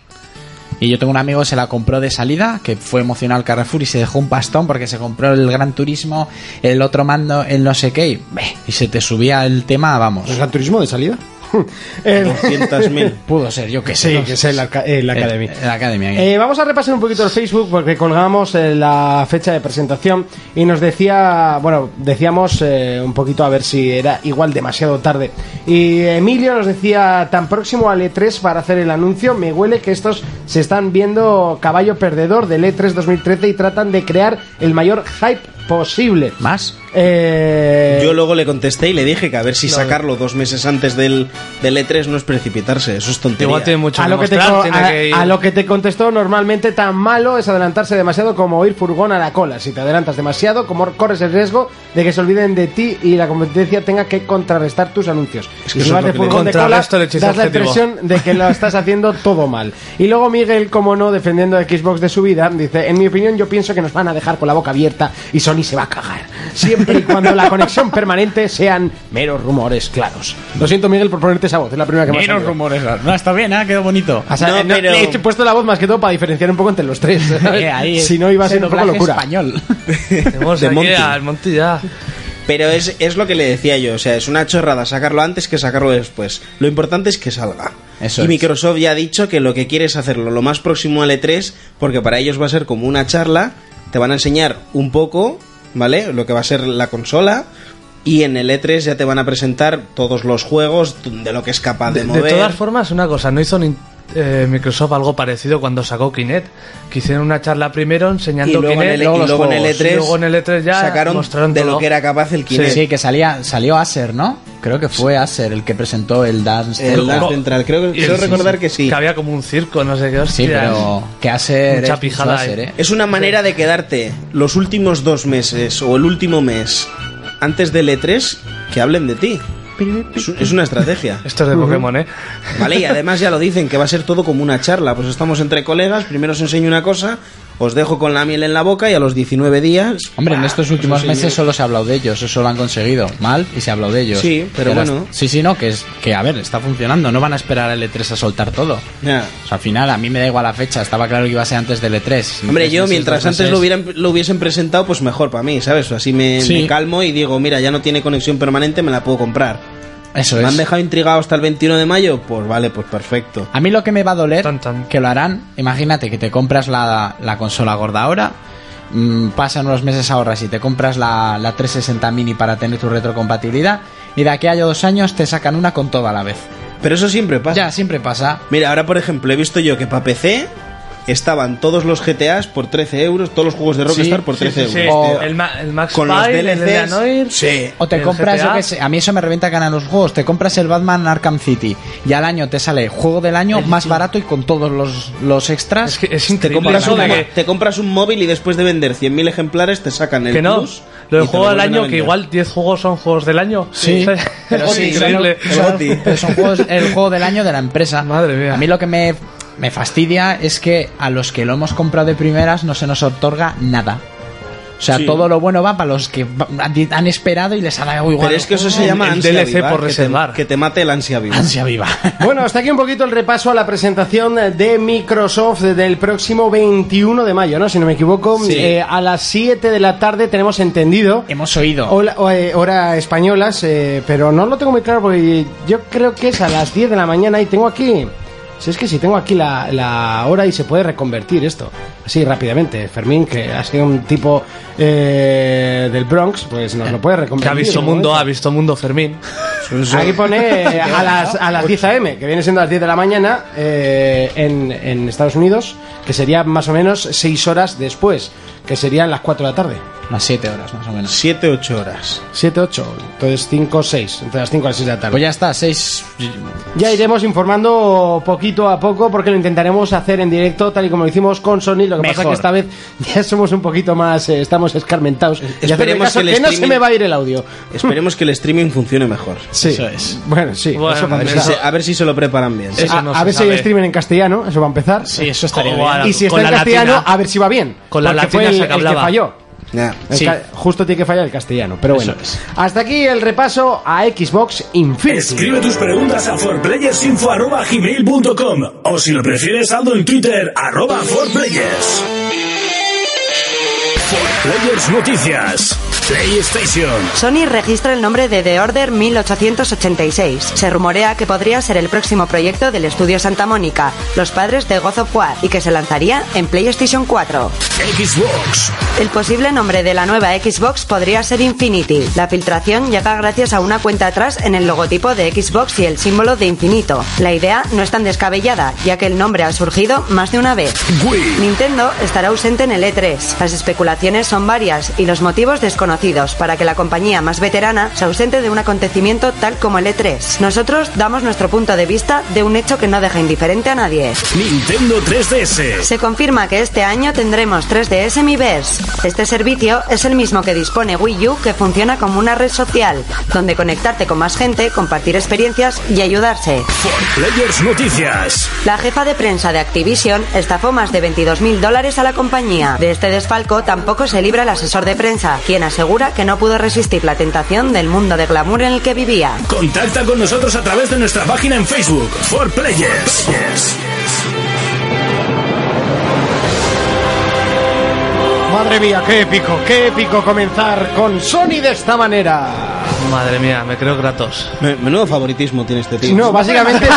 [SPEAKER 6] Y yo tengo un amigo que se la compró de salida, que fue emocionado al Carrefour y se dejó un pastón porque se compró el Gran Turismo, el otro mando, el no sé qué, y, beh, y se te subía el tema, vamos.
[SPEAKER 2] ¿Es el turismo de salida? El-
[SPEAKER 5] 200.000.
[SPEAKER 6] Pudo ser, yo que sé.
[SPEAKER 2] sí, que es el, Arca- el Academy.
[SPEAKER 6] El- el Academy, ahí.
[SPEAKER 2] Eh, vamos a repasar un poquito el Facebook porque colgamos eh, la fecha de presentación y nos decía, bueno, decíamos eh, un poquito a ver si era igual demasiado tarde. Y Emilio nos decía, tan próximo al E3 para hacer el anuncio, me huele que estos se están viendo caballo perdedor del E3 2013 y tratan de crear el mayor hype posible.
[SPEAKER 6] ¿Más?
[SPEAKER 2] Eh,
[SPEAKER 5] Yo luego le contesté y le dije que a ver si sacarlo dos meses antes del, del E3 no es precipitarse, eso es tontería.
[SPEAKER 4] Igual tiene mucho
[SPEAKER 2] a lo, que te,
[SPEAKER 4] demostrar,
[SPEAKER 2] co-
[SPEAKER 4] tiene
[SPEAKER 2] a-
[SPEAKER 4] que ir-
[SPEAKER 2] a lo que te contestó normalmente tan malo es adelantarse demasiado como ir furgón a la cola. Si te adelantas demasiado, como corres el riesgo de que se olviden de ti y la competencia tenga que contrarrestar tus anuncios.
[SPEAKER 5] Es que
[SPEAKER 2] Y si
[SPEAKER 5] eso
[SPEAKER 2] vas
[SPEAKER 5] es lo
[SPEAKER 2] de
[SPEAKER 5] que le-
[SPEAKER 2] furgón de cola, das
[SPEAKER 4] Contrarresto el hechizo
[SPEAKER 2] la
[SPEAKER 4] objetivo.
[SPEAKER 2] impresión de que lo estás haciendo todo mal. Y luego Miguel, como no, defendiendo a Xbox de su vida, dice, en mi opinión yo pienso que nos van a dejar con la boca abierta y Sony se va a cagar. Siempre y cuando la conexión permanente sean meros rumores claros. Lo siento Miguel por ponerte esa voz, es la primera que me ha salido.
[SPEAKER 6] rumores. No, está bien, ha quedado bonito.
[SPEAKER 2] O sea,
[SPEAKER 5] No,
[SPEAKER 2] eh, no,
[SPEAKER 5] pero- Eh,
[SPEAKER 2] le he puesto la voz más que todo para diferenciar un poco entre los tres. ¿sabes? si no, iba a ser un poco locura.
[SPEAKER 6] español.
[SPEAKER 4] Tenemos
[SPEAKER 5] De
[SPEAKER 4] aquí
[SPEAKER 5] Monty.
[SPEAKER 4] al Monty ya.
[SPEAKER 5] Pero es, es lo que le decía yo, o sea, es una chorrada sacarlo antes que sacarlo después. Lo importante es que salga.
[SPEAKER 6] Eso
[SPEAKER 5] y
[SPEAKER 6] es.
[SPEAKER 5] Microsoft ya ha dicho que lo que quiere es hacerlo lo más próximo al E3, porque para ellos va a ser como una charla, te van a enseñar un poco, ¿vale? Lo que va a ser la consola. Y en el E3 ya te van a presentar todos los juegos, de lo que es capaz de,
[SPEAKER 4] De, de
[SPEAKER 5] mover.
[SPEAKER 4] todas formas, una cosa, no hizo ni- eh, Microsoft algo parecido cuando sacó Kinect, que hicieron una charla primero enseñando
[SPEAKER 5] Y luego en
[SPEAKER 4] Kinect,
[SPEAKER 5] el- y luego en el E3
[SPEAKER 4] luego en el E3 ya
[SPEAKER 5] sacaron
[SPEAKER 4] mostraron
[SPEAKER 5] de lo
[SPEAKER 4] todo.
[SPEAKER 5] que era capaz el
[SPEAKER 6] Sí,
[SPEAKER 5] Kinect.
[SPEAKER 6] que salía, salió Acer, ¿no? Creo que fue Acer el que presentó el Dance.
[SPEAKER 5] El
[SPEAKER 6] Central.
[SPEAKER 5] Dance Central, creo que
[SPEAKER 4] Y el-
[SPEAKER 5] quiero recordar que sí.
[SPEAKER 4] Que había como un circo, no sé qué
[SPEAKER 6] Sí,
[SPEAKER 4] hostia.
[SPEAKER 6] pero que Acer
[SPEAKER 4] Mucha
[SPEAKER 6] es mucho
[SPEAKER 4] pijada,
[SPEAKER 6] Acer,
[SPEAKER 4] eh.
[SPEAKER 6] ¿eh?
[SPEAKER 5] Es una manera de quedarte los últimos dos meses o el último mes antes del E3 que hablen de ti. Es, un- es una estrategia.
[SPEAKER 4] Esto es de Pokémon, ¿eh?
[SPEAKER 5] Vale, y además ya lo dicen, que va a ser todo como una charla. Pues estamos entre colegas, primero os enseño una cosa, os dejo con la miel en la boca y a los 19 días...
[SPEAKER 6] Hombre, en estos
[SPEAKER 5] os
[SPEAKER 6] últimos
[SPEAKER 5] enseño-
[SPEAKER 6] meses solo se ha hablado de ellos, eso lo han conseguido. Mal y se ha hablado de ellos.
[SPEAKER 5] Sí, pero
[SPEAKER 6] las-
[SPEAKER 5] bueno.
[SPEAKER 6] Sí, sí, no, que, es, que a ver, está funcionando, no van a esperar al E3 a soltar todo.
[SPEAKER 5] Ya.
[SPEAKER 6] O sea, al final, a mí me da igual la fecha, estaba claro que iba a ser antes del E3.
[SPEAKER 5] Hombre,
[SPEAKER 6] E Tres
[SPEAKER 5] yo
[SPEAKER 6] meses,
[SPEAKER 5] mientras
[SPEAKER 6] dos
[SPEAKER 5] antes
[SPEAKER 6] meses.
[SPEAKER 5] lo, hubieran, lo hubiesen presentado, pues mejor para mí, ¿sabes? Así me,
[SPEAKER 6] Sí.
[SPEAKER 5] me calmo y digo, mira, ya no tiene conexión permanente, me la puedo comprar.
[SPEAKER 6] Eso
[SPEAKER 5] ¿Me
[SPEAKER 6] es.
[SPEAKER 5] han dejado intrigado hasta el 21 de mayo? Pues vale, pues perfecto.
[SPEAKER 6] A mí lo que me va a doler,
[SPEAKER 4] Tan, tan.
[SPEAKER 6] que lo harán, imagínate que te compras la, la consola gorda ahora, mm, pasan unos meses ahorras y te compras la, la 360 mini para tener tu retrocompatibilidad, y de aquí a dos años te sacan una con toda a la vez.
[SPEAKER 5] Pero eso siempre pasa.
[SPEAKER 6] Ya, siempre pasa.
[SPEAKER 5] Mira, ahora por ejemplo, he visto yo que para PC estaban todos los GTAs por 13 euros, todos los juegos de Rockstar por
[SPEAKER 4] Sí,
[SPEAKER 5] 13
[SPEAKER 4] sí, Este, sí.
[SPEAKER 5] euros.
[SPEAKER 6] O-
[SPEAKER 4] el, Ma- el Max
[SPEAKER 5] Con los
[SPEAKER 4] Payne, el de
[SPEAKER 5] DLCs.
[SPEAKER 4] Anoir.
[SPEAKER 5] sí.
[SPEAKER 6] O te
[SPEAKER 4] El
[SPEAKER 6] compras,
[SPEAKER 4] GTA.
[SPEAKER 6] yo qué sé, a mí eso me revienta ganar los juegos. Te compras el Batman Arkham City y al año te sale juego del año más barato y con todos los, los extras.
[SPEAKER 4] Es que es
[SPEAKER 5] Te
[SPEAKER 4] increíble
[SPEAKER 5] compras,
[SPEAKER 4] eso
[SPEAKER 5] un,
[SPEAKER 4] de
[SPEAKER 5] mo-
[SPEAKER 4] que,
[SPEAKER 5] te compras un móvil y después de vender 100.000 ejemplares te sacan el
[SPEAKER 4] que no.
[SPEAKER 5] plus
[SPEAKER 4] Lo
[SPEAKER 5] y
[SPEAKER 4] del
[SPEAKER 5] te
[SPEAKER 4] juego del
[SPEAKER 5] vuelven a
[SPEAKER 4] año, que
[SPEAKER 5] vender.
[SPEAKER 4] igual 10 juegos son juegos del año.
[SPEAKER 6] Sí, pero
[SPEAKER 4] es
[SPEAKER 6] sí,
[SPEAKER 4] increíble.
[SPEAKER 5] El
[SPEAKER 6] Son-
[SPEAKER 5] Goti.
[SPEAKER 6] pero son juegos, el juego del año de la empresa.
[SPEAKER 4] Madre mía.
[SPEAKER 6] A mí lo que me, me fastidia es que a los que lo hemos comprado de primeras no se nos otorga nada. O sea,
[SPEAKER 5] Sí.
[SPEAKER 6] todo lo bueno va para los que va- han han esperado y les ha dado igual.
[SPEAKER 5] Pero es que eso se
[SPEAKER 4] El-
[SPEAKER 5] llama
[SPEAKER 4] el
[SPEAKER 5] ansia
[SPEAKER 4] DLC
[SPEAKER 5] viva,
[SPEAKER 4] por
[SPEAKER 5] que te-
[SPEAKER 4] reservar.
[SPEAKER 5] Que te, mate el ansia viva.
[SPEAKER 6] Ansia viva.
[SPEAKER 2] Bueno, hasta aquí un poquito el repaso a la presentación de Microsoft del próximo 21 de mayo, ¿no? Si no me equivoco,
[SPEAKER 5] Sí.
[SPEAKER 2] Eh, a las 7 de la tarde tenemos entendido.
[SPEAKER 6] Hemos oído.
[SPEAKER 2] Hola, o, eh, hora españolas, eh, pero no lo tengo muy claro porque yo creo que es a las 10 de la mañana y tengo aquí. Si es que si tengo aquí la, la hora y se puede reconvertir esto así rápidamente. Fermín, que ha sido un tipo eh, del Bronx, pues nos lo puede
[SPEAKER 4] Que ha
[SPEAKER 2] reconvertir.
[SPEAKER 4] visto
[SPEAKER 2] ¿no?
[SPEAKER 4] mundo, ha visto mundo Fermín.
[SPEAKER 2] Aquí pone eh, a las, a las 10 a.m., que viene siendo a las 10 de la mañana eh, en, en Estados Unidos, que sería más o menos 6 horas después, que serían las 4 de la tarde.
[SPEAKER 6] Unas 7 horas más o menos.
[SPEAKER 5] 7, 8 horas.
[SPEAKER 2] 7, 8, entonces 5, 6, entre las 5 y las 6 de la tarde.
[SPEAKER 6] Pues ya está, 6.
[SPEAKER 2] Ya iremos informando poquito a poco porque lo intentaremos hacer en directo tal y como lo hicimos con Sony. Lo que pasa
[SPEAKER 6] Mejor.
[SPEAKER 2] que esta vez ya somos un poquito más, eh, estamos escarmentados. Y hacerle
[SPEAKER 5] esperemos
[SPEAKER 2] caso
[SPEAKER 5] que el
[SPEAKER 2] que no se
[SPEAKER 5] streaming-
[SPEAKER 2] me va a ir el audio.
[SPEAKER 5] Esperemos que el streaming funcione mejor.
[SPEAKER 2] Sí.
[SPEAKER 6] Eso es.
[SPEAKER 2] Bueno, sí.
[SPEAKER 4] Bueno,
[SPEAKER 2] eso va a
[SPEAKER 5] A ver, si
[SPEAKER 2] empezar.
[SPEAKER 5] se, a ver si se lo preparan bien.
[SPEAKER 4] Eso
[SPEAKER 2] A-
[SPEAKER 4] no
[SPEAKER 2] a
[SPEAKER 4] se
[SPEAKER 2] ver si hay
[SPEAKER 4] sabe.
[SPEAKER 2] streaming en castellano, eso va a empezar.
[SPEAKER 6] Sí, eso estaría
[SPEAKER 4] Como a
[SPEAKER 6] bien.
[SPEAKER 4] la-
[SPEAKER 2] Y si
[SPEAKER 4] con
[SPEAKER 2] está en
[SPEAKER 4] la
[SPEAKER 2] castellano,
[SPEAKER 4] latina.
[SPEAKER 2] a ver si va bien.
[SPEAKER 4] Con la
[SPEAKER 2] porque
[SPEAKER 4] latina
[SPEAKER 2] fue el,
[SPEAKER 4] se
[SPEAKER 2] el que
[SPEAKER 4] hablaba.
[SPEAKER 2] falló.
[SPEAKER 5] Ya.
[SPEAKER 2] El
[SPEAKER 6] Sí.
[SPEAKER 2] ca- Justo tiene que fallar el castellano, pero bueno.
[SPEAKER 6] Eso es.
[SPEAKER 2] Hasta aquí el repaso a Xbox Infinity.
[SPEAKER 1] Escribe tus preguntas a forplayersinfo@gmail.com o si lo prefieres saldo en Twitter arroba forplayers. Players Noticias, PlayStation,
[SPEAKER 3] Sony registra el nombre de The Order 1886. Se rumorea que podría ser el próximo proyecto del estudio Santa Mónica, los padres de God of War, y que se lanzaría en PlayStation 4.
[SPEAKER 1] Xbox,
[SPEAKER 3] El posible nombre de la nueva Xbox podría ser Infinity. La filtración llega gracias a una cuenta atrás en el logotipo de Xbox y el símbolo de infinito. La idea no es tan descabellada, ya que el nombre ha surgido más de una vez.
[SPEAKER 1] Wii,
[SPEAKER 3] Nintendo estará ausente en el E3. Las especulaciones son varias y los motivos desconocidos para que la compañía más veterana se ausente de un acontecimiento tal como el E3. Nosotros damos nuestro punto de vista de un hecho que no deja indiferente a nadie.
[SPEAKER 1] Nintendo 3DS,
[SPEAKER 3] Se confirma que este año tendremos 3DS Miiverse. Este servicio es el mismo que dispone Wii U que funciona como una red social, donde conectarte con más gente, compartir experiencias y ayudarse.
[SPEAKER 1] Players Noticias,
[SPEAKER 3] La jefa de prensa de Activision estafó más de 22.000 dólares a la compañía. De este desfalco tampoco se libra el asesor de prensa, quien asegura que no pudo resistir la tentación del mundo de glamour en el que vivía.
[SPEAKER 1] Contacta con nosotros a través de nuestra página en Facebook, For Players.
[SPEAKER 2] Madre mía, qué épico, qué épico comenzar con Sony de esta manera.
[SPEAKER 4] Madre mía, me creo gratos.
[SPEAKER 5] Me- Menudo favoritismo tiene este tío.
[SPEAKER 2] No, básicamente.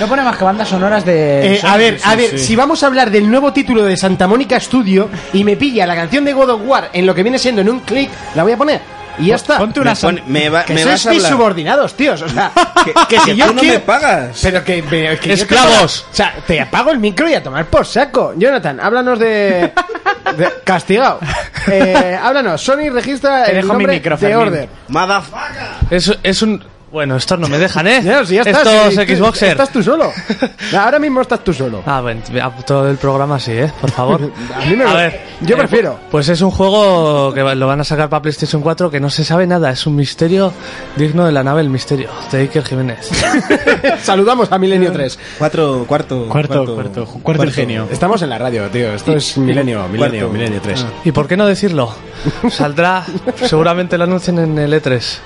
[SPEAKER 6] No pone más que bandas sonoras de.
[SPEAKER 2] eh, a ver, a ver, si vamos a hablar del nuevo título de Santa Mónica Studio y me pilla la canción de God of War en lo que viene siendo en un clic, la voy a poner. Y ya está.
[SPEAKER 6] Pues Ponte una
[SPEAKER 5] Me pone- me va-
[SPEAKER 2] que
[SPEAKER 5] me
[SPEAKER 2] sois
[SPEAKER 5] vas a
[SPEAKER 2] mis
[SPEAKER 5] hablar.
[SPEAKER 2] subordinados, tíos. O sea,
[SPEAKER 5] Que- que si tú no me pagas.
[SPEAKER 2] Pero que, me- que yo te
[SPEAKER 4] Esclavos.
[SPEAKER 2] pago- o sea, te apago el micro y a tomar por saco. Jonathan, háblanos de. de- castigado. Eh, háblanos. Sony registra
[SPEAKER 6] Te
[SPEAKER 2] el
[SPEAKER 6] dejo mi
[SPEAKER 2] nombre
[SPEAKER 6] micro,
[SPEAKER 2] de
[SPEAKER 6] Fermín.
[SPEAKER 2] Order.
[SPEAKER 5] Motherfucker.
[SPEAKER 4] Es, es un... Bueno, estos no me dejan, ¿eh?
[SPEAKER 2] Ya, si ya estás,
[SPEAKER 4] estos
[SPEAKER 2] si-
[SPEAKER 4] Xboxer.
[SPEAKER 2] Estás tú solo. Ahora mismo estás tú solo.
[SPEAKER 4] Ah, bueno, a todo el programa sí, ¿eh? Por favor.
[SPEAKER 2] A mí me- yo prefiero.
[SPEAKER 4] pu- Pues es un juego que va- lo van a sacar para PlayStation 4 que no se sabe nada. Es un misterio digno de la nave El Misterio, de Iker Jiménez.
[SPEAKER 2] Saludamos a Milenio 3.
[SPEAKER 5] Cuatro, cuarto.
[SPEAKER 6] Cuarto, cuarto, cuarto el genio.
[SPEAKER 2] Estamos en la radio, tío. Esto es Milenio, Milenio,
[SPEAKER 5] Cuarto.
[SPEAKER 2] Milenio 3.
[SPEAKER 6] Ah.
[SPEAKER 4] ¿Y por qué no decirlo? Saldrá, seguramente lo anuncien en el E E3.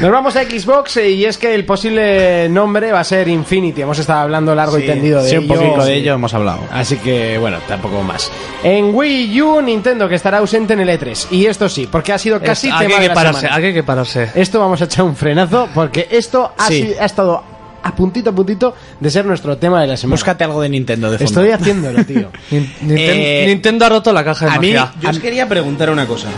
[SPEAKER 2] Nos vamos a Xbox eh, y es que el posible nombre va a ser Infinity. Hemos estado hablando largo y
[SPEAKER 5] Sí,
[SPEAKER 2] tendido de
[SPEAKER 6] Sí, un
[SPEAKER 2] ello.
[SPEAKER 6] poquito de ello hemos hablado.
[SPEAKER 2] Así que bueno, tampoco más. En Wii U, Nintendo que estará ausente en el E3. Y esto sí, porque ha sido casi
[SPEAKER 4] Es-
[SPEAKER 2] tema
[SPEAKER 4] aquí hay
[SPEAKER 2] de
[SPEAKER 4] que
[SPEAKER 2] la
[SPEAKER 4] pararse,
[SPEAKER 2] semana.
[SPEAKER 4] aquí hay que pararse.
[SPEAKER 2] Esto vamos a echar un frenazo porque esto ha,
[SPEAKER 6] Sí.
[SPEAKER 2] sido- ha estado a puntito a puntito de ser nuestro tema de la semana.
[SPEAKER 6] Búscate algo de Nintendo de fondo.
[SPEAKER 2] Estoy haciéndolo, tío.
[SPEAKER 4] Nin- Ninten-
[SPEAKER 6] Eh,
[SPEAKER 4] Nintendo ha roto la caja de
[SPEAKER 6] a mí-
[SPEAKER 4] magia.
[SPEAKER 5] Yo os quería preguntar una cosa.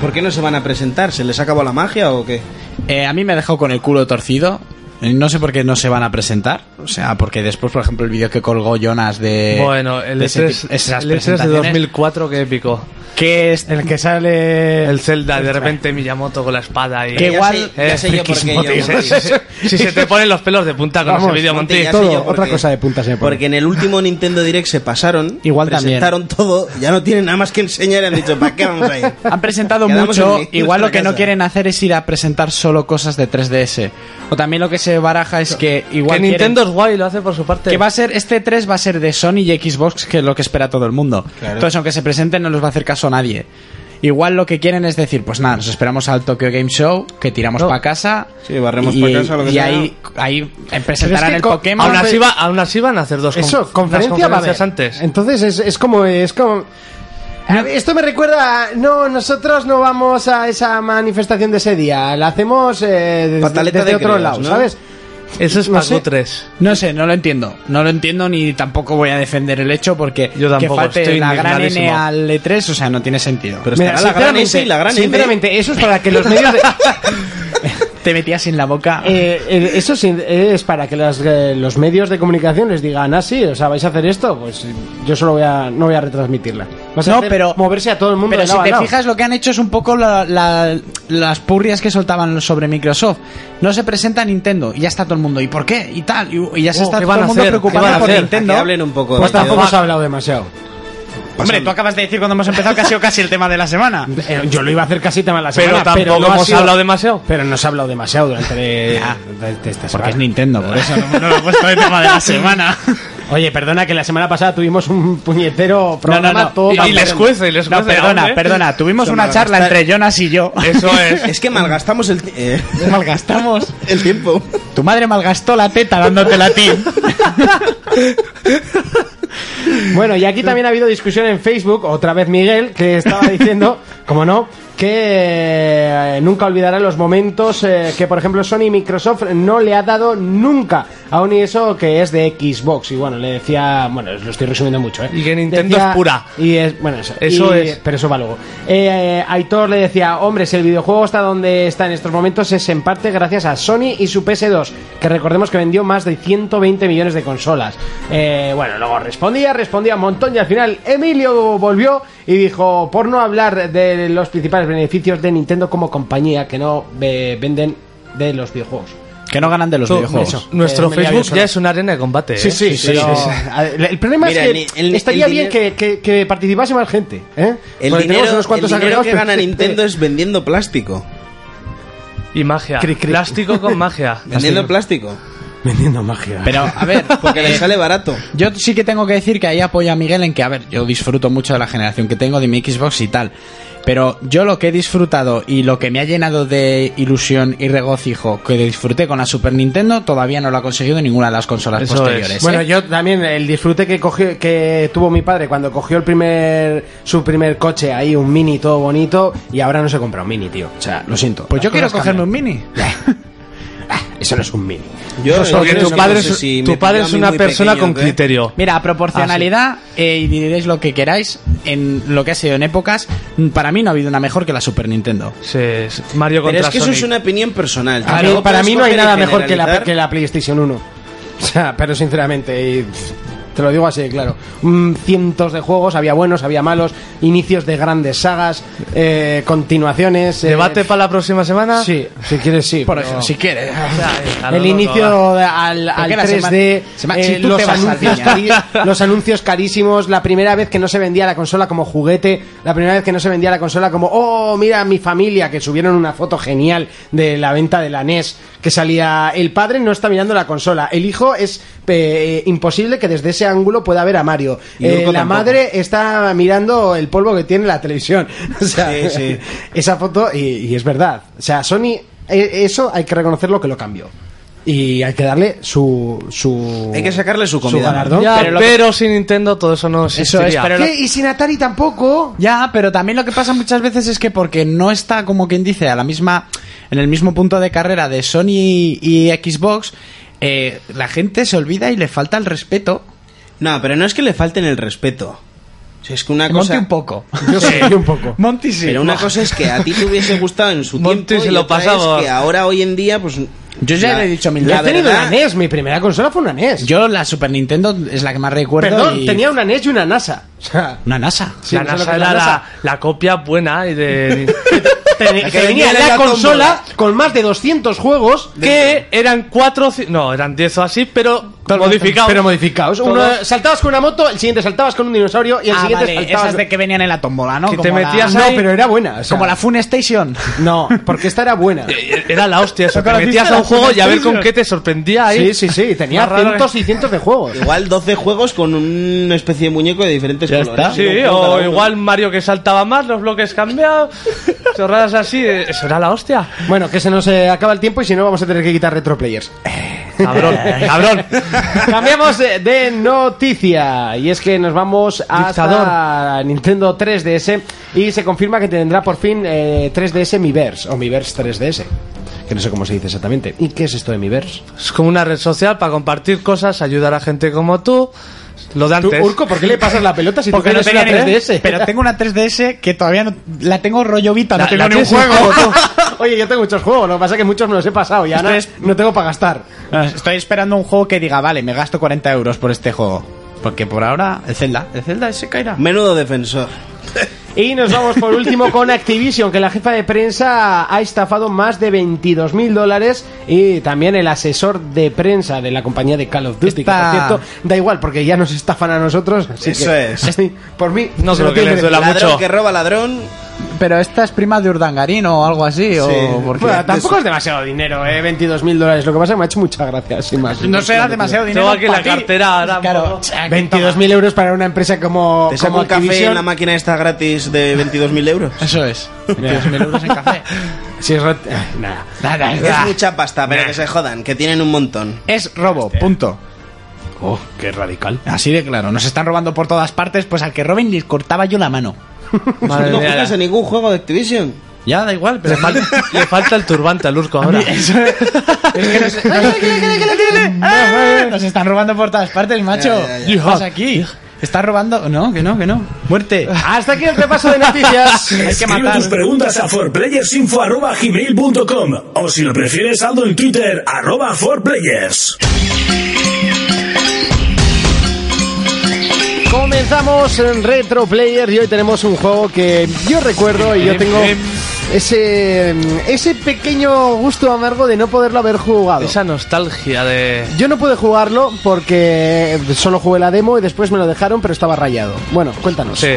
[SPEAKER 5] ¿Por qué no se van a presentar? ¿Se les acabó la magia o qué?
[SPEAKER 6] Eh, a mí me dejó con el culo torcido. Eh, No sé por qué no se van a presentar. O sea, porque después, por ejemplo, el vídeo que colgó Jonas de.
[SPEAKER 4] bueno, el
[SPEAKER 6] de
[SPEAKER 2] E
[SPEAKER 6] ese
[SPEAKER 4] E3,
[SPEAKER 6] tipo- esas
[SPEAKER 4] el E3 de
[SPEAKER 6] presentaciones,
[SPEAKER 4] 2004, qué épico.
[SPEAKER 6] Que es.
[SPEAKER 2] El que sale
[SPEAKER 4] El Zelda, de repente Miyamoto con la espada y...
[SPEAKER 5] Ya
[SPEAKER 6] Qué igual-
[SPEAKER 5] sé- ya
[SPEAKER 4] Eh,
[SPEAKER 5] sé yo por
[SPEAKER 4] friquismo,
[SPEAKER 5] qué.
[SPEAKER 4] tío.
[SPEAKER 5] yo-
[SPEAKER 4] Si, si- si se te ponen los pelos de punta con
[SPEAKER 2] Vamos,
[SPEAKER 4] ese vídeo,
[SPEAKER 5] Monti,
[SPEAKER 4] Monty.
[SPEAKER 5] ya sé
[SPEAKER 2] todo,
[SPEAKER 5] yo por
[SPEAKER 2] otra
[SPEAKER 5] qué.
[SPEAKER 2] cosa de punta se me pone.
[SPEAKER 5] Porque en el último Nintendo Direct se pasaron,
[SPEAKER 6] Igual también.
[SPEAKER 5] presentaron todo, ya no tienen nada más que enseñar y han dicho, ¿para qué vamos a ir?
[SPEAKER 6] Han presentado
[SPEAKER 5] Quedamos
[SPEAKER 6] mucho.
[SPEAKER 5] en mi-
[SPEAKER 6] Igual lo que
[SPEAKER 5] nuestra
[SPEAKER 6] no
[SPEAKER 5] casa.
[SPEAKER 6] quieren hacer es ir a presentar solo cosas de 3DS. O también lo que se baraja es que
[SPEAKER 4] Que
[SPEAKER 6] igual. quieren-
[SPEAKER 4] Nintendo es guay, lo hace por su parte.
[SPEAKER 6] Que va a ser, este 3 va a ser de Sony y Xbox, que es lo que espera todo el mundo. Entonces, aunque se presenten, no les va a hacer caso a nadie. Igual lo que quieren es decir, pues nada, nos esperamos al Tokyo Game Show, que tiramos
[SPEAKER 4] No.
[SPEAKER 6] para casa.
[SPEAKER 5] Sí, barremos
[SPEAKER 6] y-
[SPEAKER 5] pa' casa, lo que
[SPEAKER 6] y
[SPEAKER 5] sea.
[SPEAKER 6] ahí, ahí
[SPEAKER 2] Pero es
[SPEAKER 6] presentarán
[SPEAKER 2] que
[SPEAKER 6] el
[SPEAKER 2] co-
[SPEAKER 6] Pokémon.
[SPEAKER 4] aún, así va- aún así van a hacer dos
[SPEAKER 2] Eso,
[SPEAKER 4] con-
[SPEAKER 2] conferencia
[SPEAKER 4] unas
[SPEAKER 2] va a haber.
[SPEAKER 4] conferencias antes.
[SPEAKER 2] Entonces es, es como es como a ver, esto me recuerda a- no nosotros no vamos a esa manifestación de ese día la hacemos eh, desde,
[SPEAKER 5] Pataleta
[SPEAKER 2] desde
[SPEAKER 5] de
[SPEAKER 2] otro
[SPEAKER 5] creyas,
[SPEAKER 2] lado
[SPEAKER 5] ¿no?
[SPEAKER 2] sabes
[SPEAKER 4] Eso es
[SPEAKER 2] no sé.
[SPEAKER 4] Paco 3.
[SPEAKER 6] No sé, no lo entiendo. No lo entiendo ni tampoco voy a defender el hecho porque
[SPEAKER 4] Yo tampoco,
[SPEAKER 6] que falte
[SPEAKER 4] estoy
[SPEAKER 6] la gran N
[SPEAKER 4] indignadísimo.
[SPEAKER 6] al E3, o sea, no tiene sentido.
[SPEAKER 5] Pero estará la gran S y la gran M.
[SPEAKER 2] sinceramente, eso es para que los medios de-
[SPEAKER 6] te metías en la boca.
[SPEAKER 2] eh, eh, eso sí, eh, es para que las, eh, los medios de comunicación les digan así o sea vais a hacer esto pues yo solo voy a no voy a retransmitirla vas a
[SPEAKER 6] No,
[SPEAKER 2] hacer
[SPEAKER 6] pero-
[SPEAKER 2] moverse a todo el mundo
[SPEAKER 6] Pero
[SPEAKER 2] de
[SPEAKER 6] si
[SPEAKER 2] lado a
[SPEAKER 6] te
[SPEAKER 2] lado.
[SPEAKER 6] fijas, lo que han hecho es un poco la- la- las purrias que soltaban sobre Microsoft. No se presenta Nintendo y ya está todo el mundo. ¿Y por qué? Y tal. Y, y ya se
[SPEAKER 4] Oh,
[SPEAKER 6] está
[SPEAKER 4] ¿qué
[SPEAKER 6] todo
[SPEAKER 4] van
[SPEAKER 6] el
[SPEAKER 4] a
[SPEAKER 6] mundo
[SPEAKER 4] hacer? ¿Qué van
[SPEAKER 6] preocupado
[SPEAKER 4] a
[SPEAKER 6] por
[SPEAKER 4] hacer?
[SPEAKER 5] Que
[SPEAKER 6] Nintendo.
[SPEAKER 5] hablen un poco
[SPEAKER 2] pues
[SPEAKER 5] de
[SPEAKER 2] tampoco
[SPEAKER 5] ello.
[SPEAKER 2] se ha hablado demasiado
[SPEAKER 6] Hombre, tú acabas de decir cuando hemos empezado que ha sido casi el tema de la semana.
[SPEAKER 2] Eh, yo lo iba a hacer casi tema de la
[SPEAKER 4] Pero
[SPEAKER 2] semana
[SPEAKER 4] tampoco
[SPEAKER 2] no ha
[SPEAKER 4] hemos
[SPEAKER 2] sido-
[SPEAKER 4] hablado demasiado.
[SPEAKER 2] Pero no se ha hablado demasiado durante
[SPEAKER 6] Ya.
[SPEAKER 2] durante esta
[SPEAKER 6] Porque es
[SPEAKER 2] semana.
[SPEAKER 6] Nintendo, por eso no, no lo he puesto de tema de la semana.
[SPEAKER 2] Oye, perdona que la semana pasada tuvimos un puñetero
[SPEAKER 6] No,
[SPEAKER 2] programa
[SPEAKER 6] no, no.
[SPEAKER 2] todo
[SPEAKER 4] Y-
[SPEAKER 2] para-
[SPEAKER 4] y les cuece, y les
[SPEAKER 6] No,
[SPEAKER 4] cuece aún,
[SPEAKER 6] perdona,
[SPEAKER 4] ¿eh?
[SPEAKER 6] perdona. Tuvimos
[SPEAKER 5] Son
[SPEAKER 6] una
[SPEAKER 5] malgastar-
[SPEAKER 6] charla entre Jonas y yo.
[SPEAKER 4] Eso es.
[SPEAKER 5] Es que malgastamos el, ti- eh,
[SPEAKER 6] Malgastamos.
[SPEAKER 5] el tiempo.
[SPEAKER 6] Tu madre malgastó la teta dándotela a ti.
[SPEAKER 2] Bueno, y aquí también ha habido discusión en Facebook, otra vez Miguel, que estaba diciendo, como no, que eh, nunca olvidará los momentos eh, que, por ejemplo, Sony y Microsoft no le ha dado nunca, aún y eso que es de Xbox. Y bueno, le decía, bueno, lo estoy resumiendo mucho, ¿eh?
[SPEAKER 4] Y que Nintendo es pura.
[SPEAKER 2] Y es, bueno, eso,
[SPEAKER 4] Eso
[SPEAKER 2] y-
[SPEAKER 4] es.
[SPEAKER 2] Pero eso va luego. Eh, Aitor le decía, hombre, si el videojuego está donde está en estos momentos es en parte gracias a Sony y su PS2, que recordemos que vendió más de 120 millones de consolas. Eh, bueno, luego respondía, respondía un montón y al final Emilio volvió y dijo, por no hablar de los principales beneficios de Nintendo como compañía que no eh, venden de los videojuegos.
[SPEAKER 6] Que no ganan de los
[SPEAKER 4] Tú,
[SPEAKER 6] videojuegos.
[SPEAKER 2] eso.
[SPEAKER 4] Nuestro
[SPEAKER 2] Eh, me liaba yo
[SPEAKER 4] Facebook
[SPEAKER 2] solo.
[SPEAKER 4] ya es una arena de combate. ¿eh?
[SPEAKER 2] pero,
[SPEAKER 4] sí.
[SPEAKER 2] a ver, El problema
[SPEAKER 5] Mira,
[SPEAKER 2] es
[SPEAKER 5] ni-
[SPEAKER 2] que
[SPEAKER 5] el-
[SPEAKER 2] estaría
[SPEAKER 5] el
[SPEAKER 2] bien que,
[SPEAKER 5] dinero-
[SPEAKER 2] que- que participase más gente. ¿eh?
[SPEAKER 5] El
[SPEAKER 2] Porque tenemos
[SPEAKER 5] dinero,
[SPEAKER 2] unos cuantos
[SPEAKER 5] el dinero
[SPEAKER 2] agregados,
[SPEAKER 5] que
[SPEAKER 2] pero-
[SPEAKER 5] gana Nintendo es vendiendo plástico.
[SPEAKER 4] Y magia.
[SPEAKER 2] Cri, cri.
[SPEAKER 4] Plástico con magia.
[SPEAKER 5] Vendiendo plástico.
[SPEAKER 2] Vendiendo magia.
[SPEAKER 6] Pero, a ver, eh,
[SPEAKER 5] Porque les sale barato.
[SPEAKER 6] Yo sí que tengo que decir que ahí apoyo a Miguel en que, a ver, yo disfruto mucho de la generación que tengo, de mi Xbox y tal. Pero yo lo que he disfrutado y lo que me ha llenado de ilusión y regocijo que disfruté con la Super Nintendo todavía no lo ha conseguido ninguna de las consolas
[SPEAKER 4] Eso
[SPEAKER 6] posteriores.
[SPEAKER 4] es.
[SPEAKER 6] ¿eh?
[SPEAKER 2] Bueno, yo también el disfrute que cogió, que tuvo mi padre cuando cogió el primer su primer coche ahí un mini todo bonito y ahora no se compra un mini, tío. O sea, lo siento.
[SPEAKER 6] pues yo
[SPEAKER 2] Las
[SPEAKER 6] quiero
[SPEAKER 2] cosas
[SPEAKER 6] cogerme un
[SPEAKER 2] cambian.
[SPEAKER 6] mini. Ah,
[SPEAKER 2] Eso no es un mini.
[SPEAKER 5] Yo,
[SPEAKER 4] Porque
[SPEAKER 5] yo
[SPEAKER 4] tu
[SPEAKER 5] no
[SPEAKER 4] padre
[SPEAKER 5] sé
[SPEAKER 4] es,
[SPEAKER 5] si me
[SPEAKER 4] tu padre
[SPEAKER 5] pilló a
[SPEAKER 4] es
[SPEAKER 5] mí
[SPEAKER 4] una
[SPEAKER 5] muy
[SPEAKER 4] persona
[SPEAKER 5] pequeño,
[SPEAKER 4] con
[SPEAKER 5] ¿eh?
[SPEAKER 4] criterio.
[SPEAKER 6] Mira, a proporcionalidad, eh, y diréis lo que queráis, en lo que ha sido en épocas, mm, para mí no ha habido una mejor que la Super Nintendo.
[SPEAKER 4] Sí, es Mario
[SPEAKER 5] Pero
[SPEAKER 4] contra
[SPEAKER 5] es que eso
[SPEAKER 4] Sonic.
[SPEAKER 5] es una opinión personal.
[SPEAKER 2] A mí-
[SPEAKER 5] Tampoco
[SPEAKER 2] para
[SPEAKER 5] puedes
[SPEAKER 2] mí no hay
[SPEAKER 5] coger y
[SPEAKER 2] nada mejor que la,
[SPEAKER 5] generalizar.
[SPEAKER 2] que la PlayStation 1. O sea, pero sinceramente, y te lo digo así, claro. Mm, cientos de juegos, había buenos, había malos, inicios de grandes sagas, eh, continuaciones. eh,
[SPEAKER 4] ¿Debate para la próxima semana?
[SPEAKER 2] Sí, si quieres, sí.
[SPEAKER 6] Por
[SPEAKER 2] pero-
[SPEAKER 6] ejemplo, si quieres.
[SPEAKER 4] A lo
[SPEAKER 2] el
[SPEAKER 4] loco,
[SPEAKER 2] inicio de- al, al
[SPEAKER 6] Porque era
[SPEAKER 2] 3D,
[SPEAKER 6] sema- semachi,
[SPEAKER 2] eh,
[SPEAKER 6] tú
[SPEAKER 2] los,
[SPEAKER 6] te vas al
[SPEAKER 2] anuncios
[SPEAKER 6] Viña.
[SPEAKER 2] cari- los anuncios carísimos, la primera vez que no se vendía la consola como juguete, la primera vez que no se vendía la consola como, oh, mira mi familia, que subieron una foto genial de la venta de la NES, que salía, el padre no está mirando la consola, el hijo es eh, imposible que desde ese ángulo pueda ver a Mario,
[SPEAKER 5] Y
[SPEAKER 2] Eh,
[SPEAKER 5] Urco
[SPEAKER 2] la
[SPEAKER 5] tampoco.
[SPEAKER 2] madre está mirando el polvo que tiene la televisión, o sea,
[SPEAKER 5] Sí, sí.
[SPEAKER 2] esa foto y, y es verdad. O sea, Sony, e- eso hay que reconocerlo que lo cambió. Y hay que darle su. su
[SPEAKER 5] Hay que sacarle su comida.
[SPEAKER 2] galardón.
[SPEAKER 4] Ya,
[SPEAKER 6] Pero
[SPEAKER 4] pero
[SPEAKER 6] lo que-
[SPEAKER 4] sin Nintendo todo eso no
[SPEAKER 6] Eso
[SPEAKER 4] existiría.
[SPEAKER 6] es, pero lo-
[SPEAKER 2] ¿Qué? Y sin Atari tampoco.
[SPEAKER 6] Ya, pero también lo que pasa muchas veces es que porque no está, como quien dice, a la misma, en el mismo punto de carrera de Sony y, y Xbox, eh, la gente se olvida y le falta el respeto.
[SPEAKER 5] No, pero no es que le falten el respeto. Si es que una
[SPEAKER 6] Que
[SPEAKER 5] cosa.
[SPEAKER 6] Monty un poco.
[SPEAKER 2] Yo sé, un poco.
[SPEAKER 6] Monty sí.
[SPEAKER 5] Pero una cosa es que a ti te hubiese gustado en su
[SPEAKER 4] Monty
[SPEAKER 5] tiempo.
[SPEAKER 4] se
[SPEAKER 5] y
[SPEAKER 4] lo
[SPEAKER 5] otra es
[SPEAKER 4] pasaba.
[SPEAKER 5] que ahora, hoy en día, pues.
[SPEAKER 6] Yo ya le he dicho mil
[SPEAKER 2] Yo
[SPEAKER 5] la
[SPEAKER 2] he tenido
[SPEAKER 5] verdad-
[SPEAKER 2] una NES. Mi primera consola fue una NES.
[SPEAKER 6] Yo la Super Nintendo es la que más recuerdo.
[SPEAKER 2] Perdón,
[SPEAKER 6] y-
[SPEAKER 2] tenía una NES y una NASA. O sea,
[SPEAKER 6] una NASA.
[SPEAKER 2] Sí,
[SPEAKER 4] la
[SPEAKER 2] no sé lo que
[SPEAKER 4] NASA
[SPEAKER 2] es
[SPEAKER 4] era
[SPEAKER 2] la
[SPEAKER 4] la,
[SPEAKER 2] NASA.
[SPEAKER 4] la copia buena y de...
[SPEAKER 2] te- que venía
[SPEAKER 5] venía en
[SPEAKER 2] la
[SPEAKER 5] la
[SPEAKER 2] consola con más de 200 juegos.
[SPEAKER 4] que eran cuatro... ci- No, eran diez o así, pero modificados.
[SPEAKER 2] Pero modificados. Uno,
[SPEAKER 4] Todo.
[SPEAKER 2] saltabas con una moto, el siguiente saltabas con un dinosaurio y el
[SPEAKER 6] Ah,
[SPEAKER 2] siguiente
[SPEAKER 6] vale,
[SPEAKER 2] saltabas.
[SPEAKER 6] esas de que venían en la tómbola, ¿no?
[SPEAKER 4] Que te
[SPEAKER 6] Como la-
[SPEAKER 4] metías
[SPEAKER 2] No,
[SPEAKER 4] ahí.
[SPEAKER 2] pero era buena. o sea,
[SPEAKER 6] Como la Fun Station.
[SPEAKER 2] No, porque esta era buena.
[SPEAKER 4] Era la hostia eso. Te
[SPEAKER 6] conociste
[SPEAKER 4] metías a
[SPEAKER 6] la
[SPEAKER 4] un juego y a ver
[SPEAKER 6] PlayStation?
[SPEAKER 4] con qué te sorprendía ahí.
[SPEAKER 2] Sí, sí, sí. Tenía
[SPEAKER 4] Más raro
[SPEAKER 2] cientos
[SPEAKER 4] que-
[SPEAKER 2] y cientos de juegos.
[SPEAKER 5] Igual 12 juegos con una especie de muñeco de diferentes
[SPEAKER 6] Ya
[SPEAKER 5] colores.
[SPEAKER 6] está.
[SPEAKER 4] Sí, o igual Mario que saltaba más, los bloques cambiados, chorradas así. eh, Eso era la hostia.
[SPEAKER 2] Bueno, que se nos eh, acaba el tiempo y si no vamos a tener que quitar retroplayers.
[SPEAKER 4] Cabrón, cabrón.
[SPEAKER 2] Cambiamos eh, de noticia y es que nos vamos hasta
[SPEAKER 4] Dictador.
[SPEAKER 2] Nintendo 3DS y se confirma que tendrá por fin eh, 3DS Miiverse o Miiverse 3DS, que no sé cómo se dice exactamente. ¿Y qué es esto de Miiverse?
[SPEAKER 4] Es como una red social para compartir cosas, ayudar a gente como tú. Lo de
[SPEAKER 2] Tú,
[SPEAKER 4] antes.
[SPEAKER 2] Urco, ¿por qué le pasas la pelota si
[SPEAKER 6] Porque
[SPEAKER 2] tú
[SPEAKER 6] no
[SPEAKER 2] tienes
[SPEAKER 6] tenía
[SPEAKER 2] una
[SPEAKER 6] 3DS.
[SPEAKER 2] 3DS?
[SPEAKER 6] Pero tengo una 3DS que todavía no, la tengo rollo Vita, no
[SPEAKER 4] La-
[SPEAKER 6] tengo
[SPEAKER 4] la
[SPEAKER 6] ni un
[SPEAKER 4] tienes en
[SPEAKER 6] juego.
[SPEAKER 2] Oye, yo tengo muchos juegos, lo que pasa es que muchos me los he pasado y ahora
[SPEAKER 6] Entonces-
[SPEAKER 2] no tengo para gastar.
[SPEAKER 6] Ah, Estoy esperando un juego que diga, vale, me gasto 40 euros por este juego. Porque por ahora, el Zelda, el Zelda se caerá.
[SPEAKER 5] Menudo defensor.
[SPEAKER 2] Y nos vamos por último con Activision, que la jefa de prensa ha estafado más de 22 mil dólares y también el asesor de prensa de la compañía de Call of Duty,
[SPEAKER 6] Esta-
[SPEAKER 2] que por cierto, da igual porque ya nos estafan a nosotros. así
[SPEAKER 5] Eso
[SPEAKER 2] que-
[SPEAKER 5] es.
[SPEAKER 2] sí, por mí,
[SPEAKER 4] No
[SPEAKER 2] se
[SPEAKER 4] creo
[SPEAKER 2] lo
[SPEAKER 4] que
[SPEAKER 2] tienen que-
[SPEAKER 4] les duela. Mola
[SPEAKER 5] ladrón
[SPEAKER 4] mucho.
[SPEAKER 5] que roba ladrón.
[SPEAKER 6] Pero esta es prima de Urdangarín o algo así, o porque...
[SPEAKER 2] Bueno, tampoco es demasiado dinero, eh, 22 mil dólares. Lo que pasa es que me ha hecho mucha gracia, sin más.
[SPEAKER 6] No será demasiado dinero.
[SPEAKER 4] Tengo aquí
[SPEAKER 6] pa'
[SPEAKER 4] la
[SPEAKER 6] ti.
[SPEAKER 4] cartera ahora.
[SPEAKER 6] Claro,
[SPEAKER 2] 22 mil euros para una empresa como,
[SPEAKER 5] Te saco
[SPEAKER 2] como
[SPEAKER 5] un café
[SPEAKER 2] Activision.
[SPEAKER 5] en la máquina esta gratis de 22.000 euros.
[SPEAKER 6] Eso es. 22.000 euros en café. Eh,
[SPEAKER 2] Si es rat- Ay, nada.
[SPEAKER 6] Nada, es
[SPEAKER 5] Es
[SPEAKER 6] verdad.
[SPEAKER 5] mucha pasta, pero que se jodan, que tienen un montón.
[SPEAKER 6] Es robo, punto.
[SPEAKER 2] Oh, qué radical.
[SPEAKER 6] Así de claro, nos están robando por todas partes, pues al que roben les cortaba yo la mano.
[SPEAKER 4] Madre
[SPEAKER 5] no
[SPEAKER 4] mía,
[SPEAKER 5] juegas a ningún juego de Activision.
[SPEAKER 6] Ya, da igual, pero...
[SPEAKER 4] le, fal- le falta el turbante al Urco ahora.
[SPEAKER 6] Nos están robando por todas partes, macho.
[SPEAKER 5] Ya, ya,
[SPEAKER 6] ¿Qué pasa aquí? Estás robando... No, que no, que no. Muerte.
[SPEAKER 2] Hasta aquí el repaso de noticias.
[SPEAKER 6] Hay que
[SPEAKER 1] Escribe
[SPEAKER 6] matar.
[SPEAKER 1] tus preguntas a forplayersinfo.com o si lo prefieres, saldo en Twitter, arroba forplayers.
[SPEAKER 2] Comenzamos en Retro Player y hoy tenemos un juego que yo recuerdo y yo
[SPEAKER 4] Em,
[SPEAKER 2] tengo ese, ese pequeño gusto amargo de no poderlo haber jugado.
[SPEAKER 4] Esa nostalgia de...
[SPEAKER 2] Yo no pude jugarlo porque solo jugué la demo y después me lo dejaron, pero estaba rayado. Bueno, cuéntanos.
[SPEAKER 4] Sí.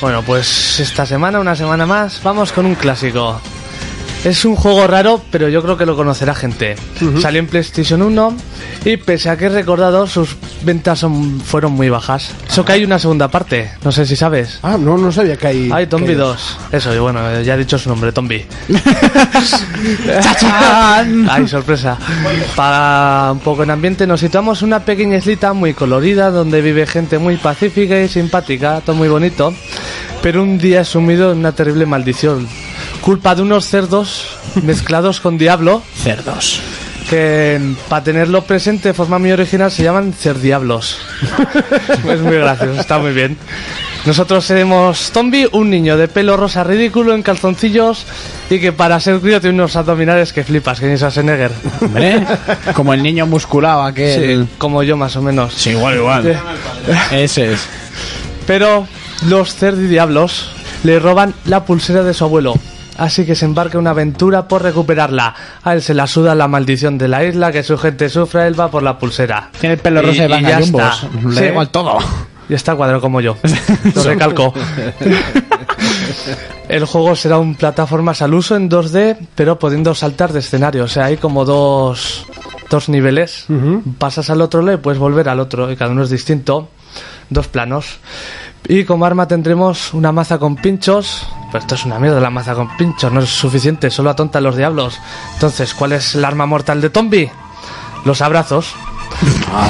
[SPEAKER 4] Bueno, pues esta semana, una semana más, vamos con un clásico. Es un juego raro, pero yo creo que lo conocerá gente. Salió en PlayStation 1 y pese a que he recordado, sus ventas son- fueron muy bajas. Eso que hay una segunda parte, no sé si sabes.
[SPEAKER 2] Ah, no, no sabía que hay.
[SPEAKER 4] Hay Tombi
[SPEAKER 2] que-
[SPEAKER 4] 2. Eso, y bueno, eh, ya he dicho su nombre, Tombi. Ah,
[SPEAKER 6] ¡Chachán!
[SPEAKER 4] Ay, sorpresa. Para un poco en ambiente, nos situamos en una pequeña islita muy colorida donde vive gente muy pacífica y simpática, todo muy bonito. Pero un día es sumido en una terrible maldición. Culpa de unos cerdos mezclados con diablo
[SPEAKER 6] Cerdos.
[SPEAKER 4] que para tenerlo presente de forma muy original se llaman cerdiablos. es muy gracioso, está muy bien. Nosotros seremos zombie, un niño de pelo rosa ridículo en calzoncillos y que para ser crío tiene unos abdominales que flipas, que ni Schwarzenegger.
[SPEAKER 6] Hombre, como el niño musculado aquel.
[SPEAKER 4] Sí, como yo más o menos.
[SPEAKER 6] Sí, igual, igual. Ese es.
[SPEAKER 4] Pero los cerdidiablos le roban la pulsera de su abuelo. Así que se embarca en una aventura por recuperarla. A él se la suda la maldición de la isla, que su gente sufra, él va por la pulsera.
[SPEAKER 6] Tiene el pelo rosa
[SPEAKER 4] Y-
[SPEAKER 6] de
[SPEAKER 4] y
[SPEAKER 6] Van
[SPEAKER 4] ya
[SPEAKER 6] Gallumbos.
[SPEAKER 4] está.
[SPEAKER 6] Le
[SPEAKER 4] Sí.
[SPEAKER 6] da igual todo.
[SPEAKER 4] Y está cuadrado como yo. Lo recalco. El juego será un plataformas al uso en 2D, pero pudiendo saltar de escenario. O sea, hay como dos, dos niveles. Pasas al otro lado y puedes volver al otro. Y cada uno es distinto. Dos planos. Y como arma tendremos una maza con pinchos. Pero esto es una mierda la maza con pinchos. No es suficiente. Solo atonta a los diablos. Entonces, ¿cuál es el arma mortal de Tombi? Los abrazos.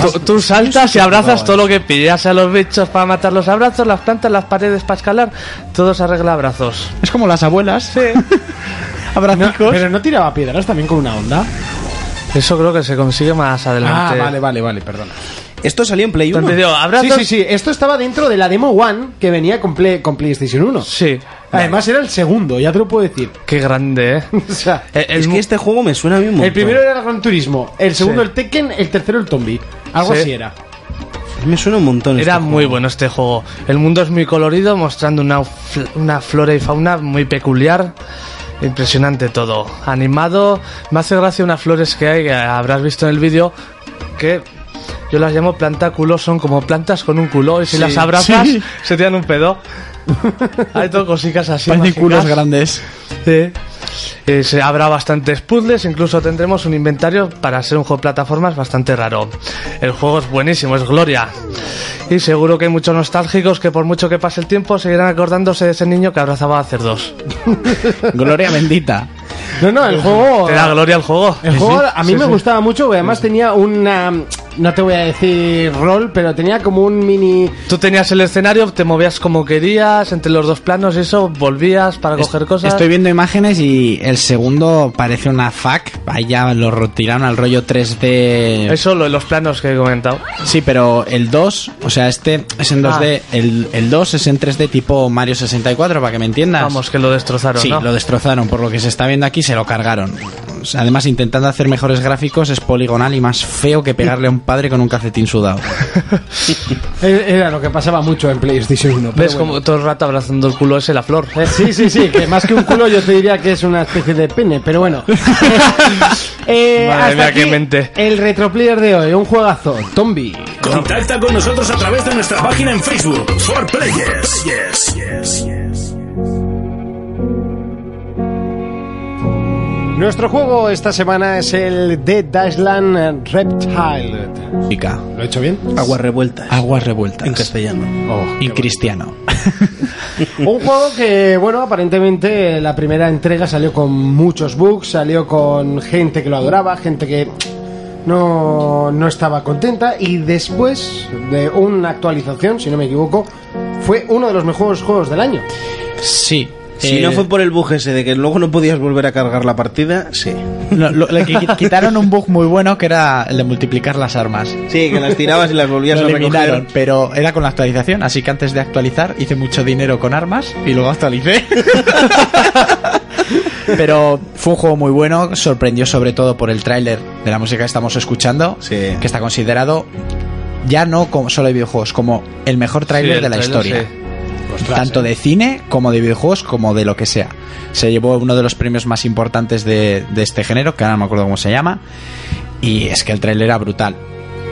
[SPEAKER 4] Tú, tú saltas y abrazas
[SPEAKER 2] eh.
[SPEAKER 4] todo lo que pillas a los bichos para matar los abrazos, las plantas, las paredes para escalar. Todo se arregla a abrazos.
[SPEAKER 6] Es como las abuelas. Sí.
[SPEAKER 2] No,
[SPEAKER 6] Abrazicos.
[SPEAKER 2] pero no tiraba piedras también con una onda.
[SPEAKER 4] Eso creo que se consigue más
[SPEAKER 2] Ah,
[SPEAKER 4] adelante.
[SPEAKER 2] vale, vale, vale, perdona.
[SPEAKER 5] Esto salió en Play 1.
[SPEAKER 4] Entonces digo, abrazos.
[SPEAKER 2] Sí, sí, sí. Esto estaba dentro de la demo One que venía con, Play- con PlayStation 1.
[SPEAKER 4] Sí.
[SPEAKER 2] Además era el segundo, ya te lo puedo decir.
[SPEAKER 4] Qué grande, ¿eh?
[SPEAKER 2] O sea,
[SPEAKER 4] El, el
[SPEAKER 5] Es
[SPEAKER 4] mu-
[SPEAKER 5] que este juego me suena a mí un montón.
[SPEAKER 2] el primero era el Gran Turismo, el segundo
[SPEAKER 4] Sí.
[SPEAKER 2] el Tekken, el tercero el Tombi. Algo
[SPEAKER 4] Sí.
[SPEAKER 2] así era.
[SPEAKER 5] Me suena un montón.
[SPEAKER 4] Era
[SPEAKER 5] este juego.
[SPEAKER 4] muy bueno este juego. El mundo es muy colorido, mostrando una, fl- una flora y fauna muy peculiar. Impresionante todo. Animado. Me hace gracia unas flores que hay, que habrás visto en el vídeo, que yo las llamo plantáculos. Son como plantas con un culo y si las abrazas
[SPEAKER 6] sí.
[SPEAKER 4] se te dan un pedo. hay todo cositas así.
[SPEAKER 6] Parecen
[SPEAKER 4] mágicas.
[SPEAKER 6] culos grandes.
[SPEAKER 4] Sí. Eh, se- habrá bastantes puzzles, incluso tendremos un inventario para ser un juego de plataformas bastante raro. El juego es buenísimo, es gloria. Y seguro que hay muchos nostálgicos que por mucho que pase el tiempo seguirán acordándose de ese niño que abrazaba a cerdos.
[SPEAKER 6] Gloria bendita.
[SPEAKER 2] No, no, el juego.
[SPEAKER 4] Te da gloria el juego.
[SPEAKER 2] El juego a mí
[SPEAKER 4] Sí,
[SPEAKER 2] me
[SPEAKER 4] sí.
[SPEAKER 2] gustaba mucho, porque además tenía una. No te voy a decir rol, pero tenía como un mini.
[SPEAKER 4] Tú tenías el escenario, te movías como querías, entre los dos planos y eso, volvías para coger cosas.
[SPEAKER 6] Estoy viendo imágenes y el segundo parece una FAC. Ahí ya lo ro- tiraron al rollo 3D.
[SPEAKER 4] Eso lo de los planos que he comentado.
[SPEAKER 6] Sí, pero el 2, o sea, este es en 2D.
[SPEAKER 4] Ah.
[SPEAKER 6] El, el 2 es en 3D tipo Mario 64, para que me entiendas.
[SPEAKER 4] Vamos, que lo destrozaron,
[SPEAKER 6] Ah, Sí,
[SPEAKER 4] ¿no?
[SPEAKER 6] lo destrozaron. Por lo que se está viendo aquí, se lo cargaron. O sea, Además, intentando hacer mejores gráficos, es poligonal y más feo que pegarle a un padre con un calcetín sudado.
[SPEAKER 2] Era eh, era lo que pasaba mucho en PlayStation 1. pero
[SPEAKER 4] ¿Ves
[SPEAKER 2] bueno.
[SPEAKER 4] como todo el rato abrazando el culo ese la flor?
[SPEAKER 2] Eh, Sí, sí, sí, que más que un culo yo te diría que es una especie de pene, pero bueno. Eh,
[SPEAKER 4] Madre
[SPEAKER 2] hasta
[SPEAKER 4] mía, qué
[SPEAKER 2] aquí
[SPEAKER 4] mente.
[SPEAKER 2] El retroplayer de hoy, un juegazo, Tombi.
[SPEAKER 1] Contacta con nosotros a través de nuestra página en Facebook, For Players.
[SPEAKER 2] Nuestro juego esta semana es el Dead Island Reptile.
[SPEAKER 6] Chica,
[SPEAKER 2] ¿Lo he hecho bien?
[SPEAKER 5] Agua revuelta.
[SPEAKER 6] aguas revueltas.
[SPEAKER 5] En Oh, castellano.
[SPEAKER 6] Oh, Y cristiano.
[SPEAKER 2] Un juego que, bueno, aparentemente la primera entrega salió con muchos bugs, salió con gente que lo adoraba, gente que no, no estaba contenta y después de una actualización, si no me equivoco, fue uno de los mejores juegos del año.
[SPEAKER 6] Sí.
[SPEAKER 5] Si
[SPEAKER 6] eh,
[SPEAKER 5] no fue por el bug ese de que luego no podías volver a cargar la partida, sí.
[SPEAKER 6] lo- lo- le qui- quitaron un bug muy bueno que era el de multiplicar las armas.
[SPEAKER 5] Sí, que las tirabas y las volvías
[SPEAKER 6] Lo
[SPEAKER 5] a
[SPEAKER 6] eliminaron,
[SPEAKER 5] recoger.
[SPEAKER 6] pero era con la actualización, así que antes de actualizar hice mucho dinero con armas y luego actualicé. pero fue un juego muy bueno, sorprendió sobre todo por el tráiler de la música que estamos escuchando,
[SPEAKER 5] Sí.
[SPEAKER 6] que está considerado ya no como solo de videojuegos, como el mejor tráiler
[SPEAKER 4] Sí, el
[SPEAKER 6] de la
[SPEAKER 4] tráiler,
[SPEAKER 6] historia.
[SPEAKER 4] sí.
[SPEAKER 6] tanto de cine como de videojuegos como de lo que sea. Se llevó uno de los premios más importantes de, de este género, que ahora no me acuerdo cómo se llama, y es que el tráiler era brutal.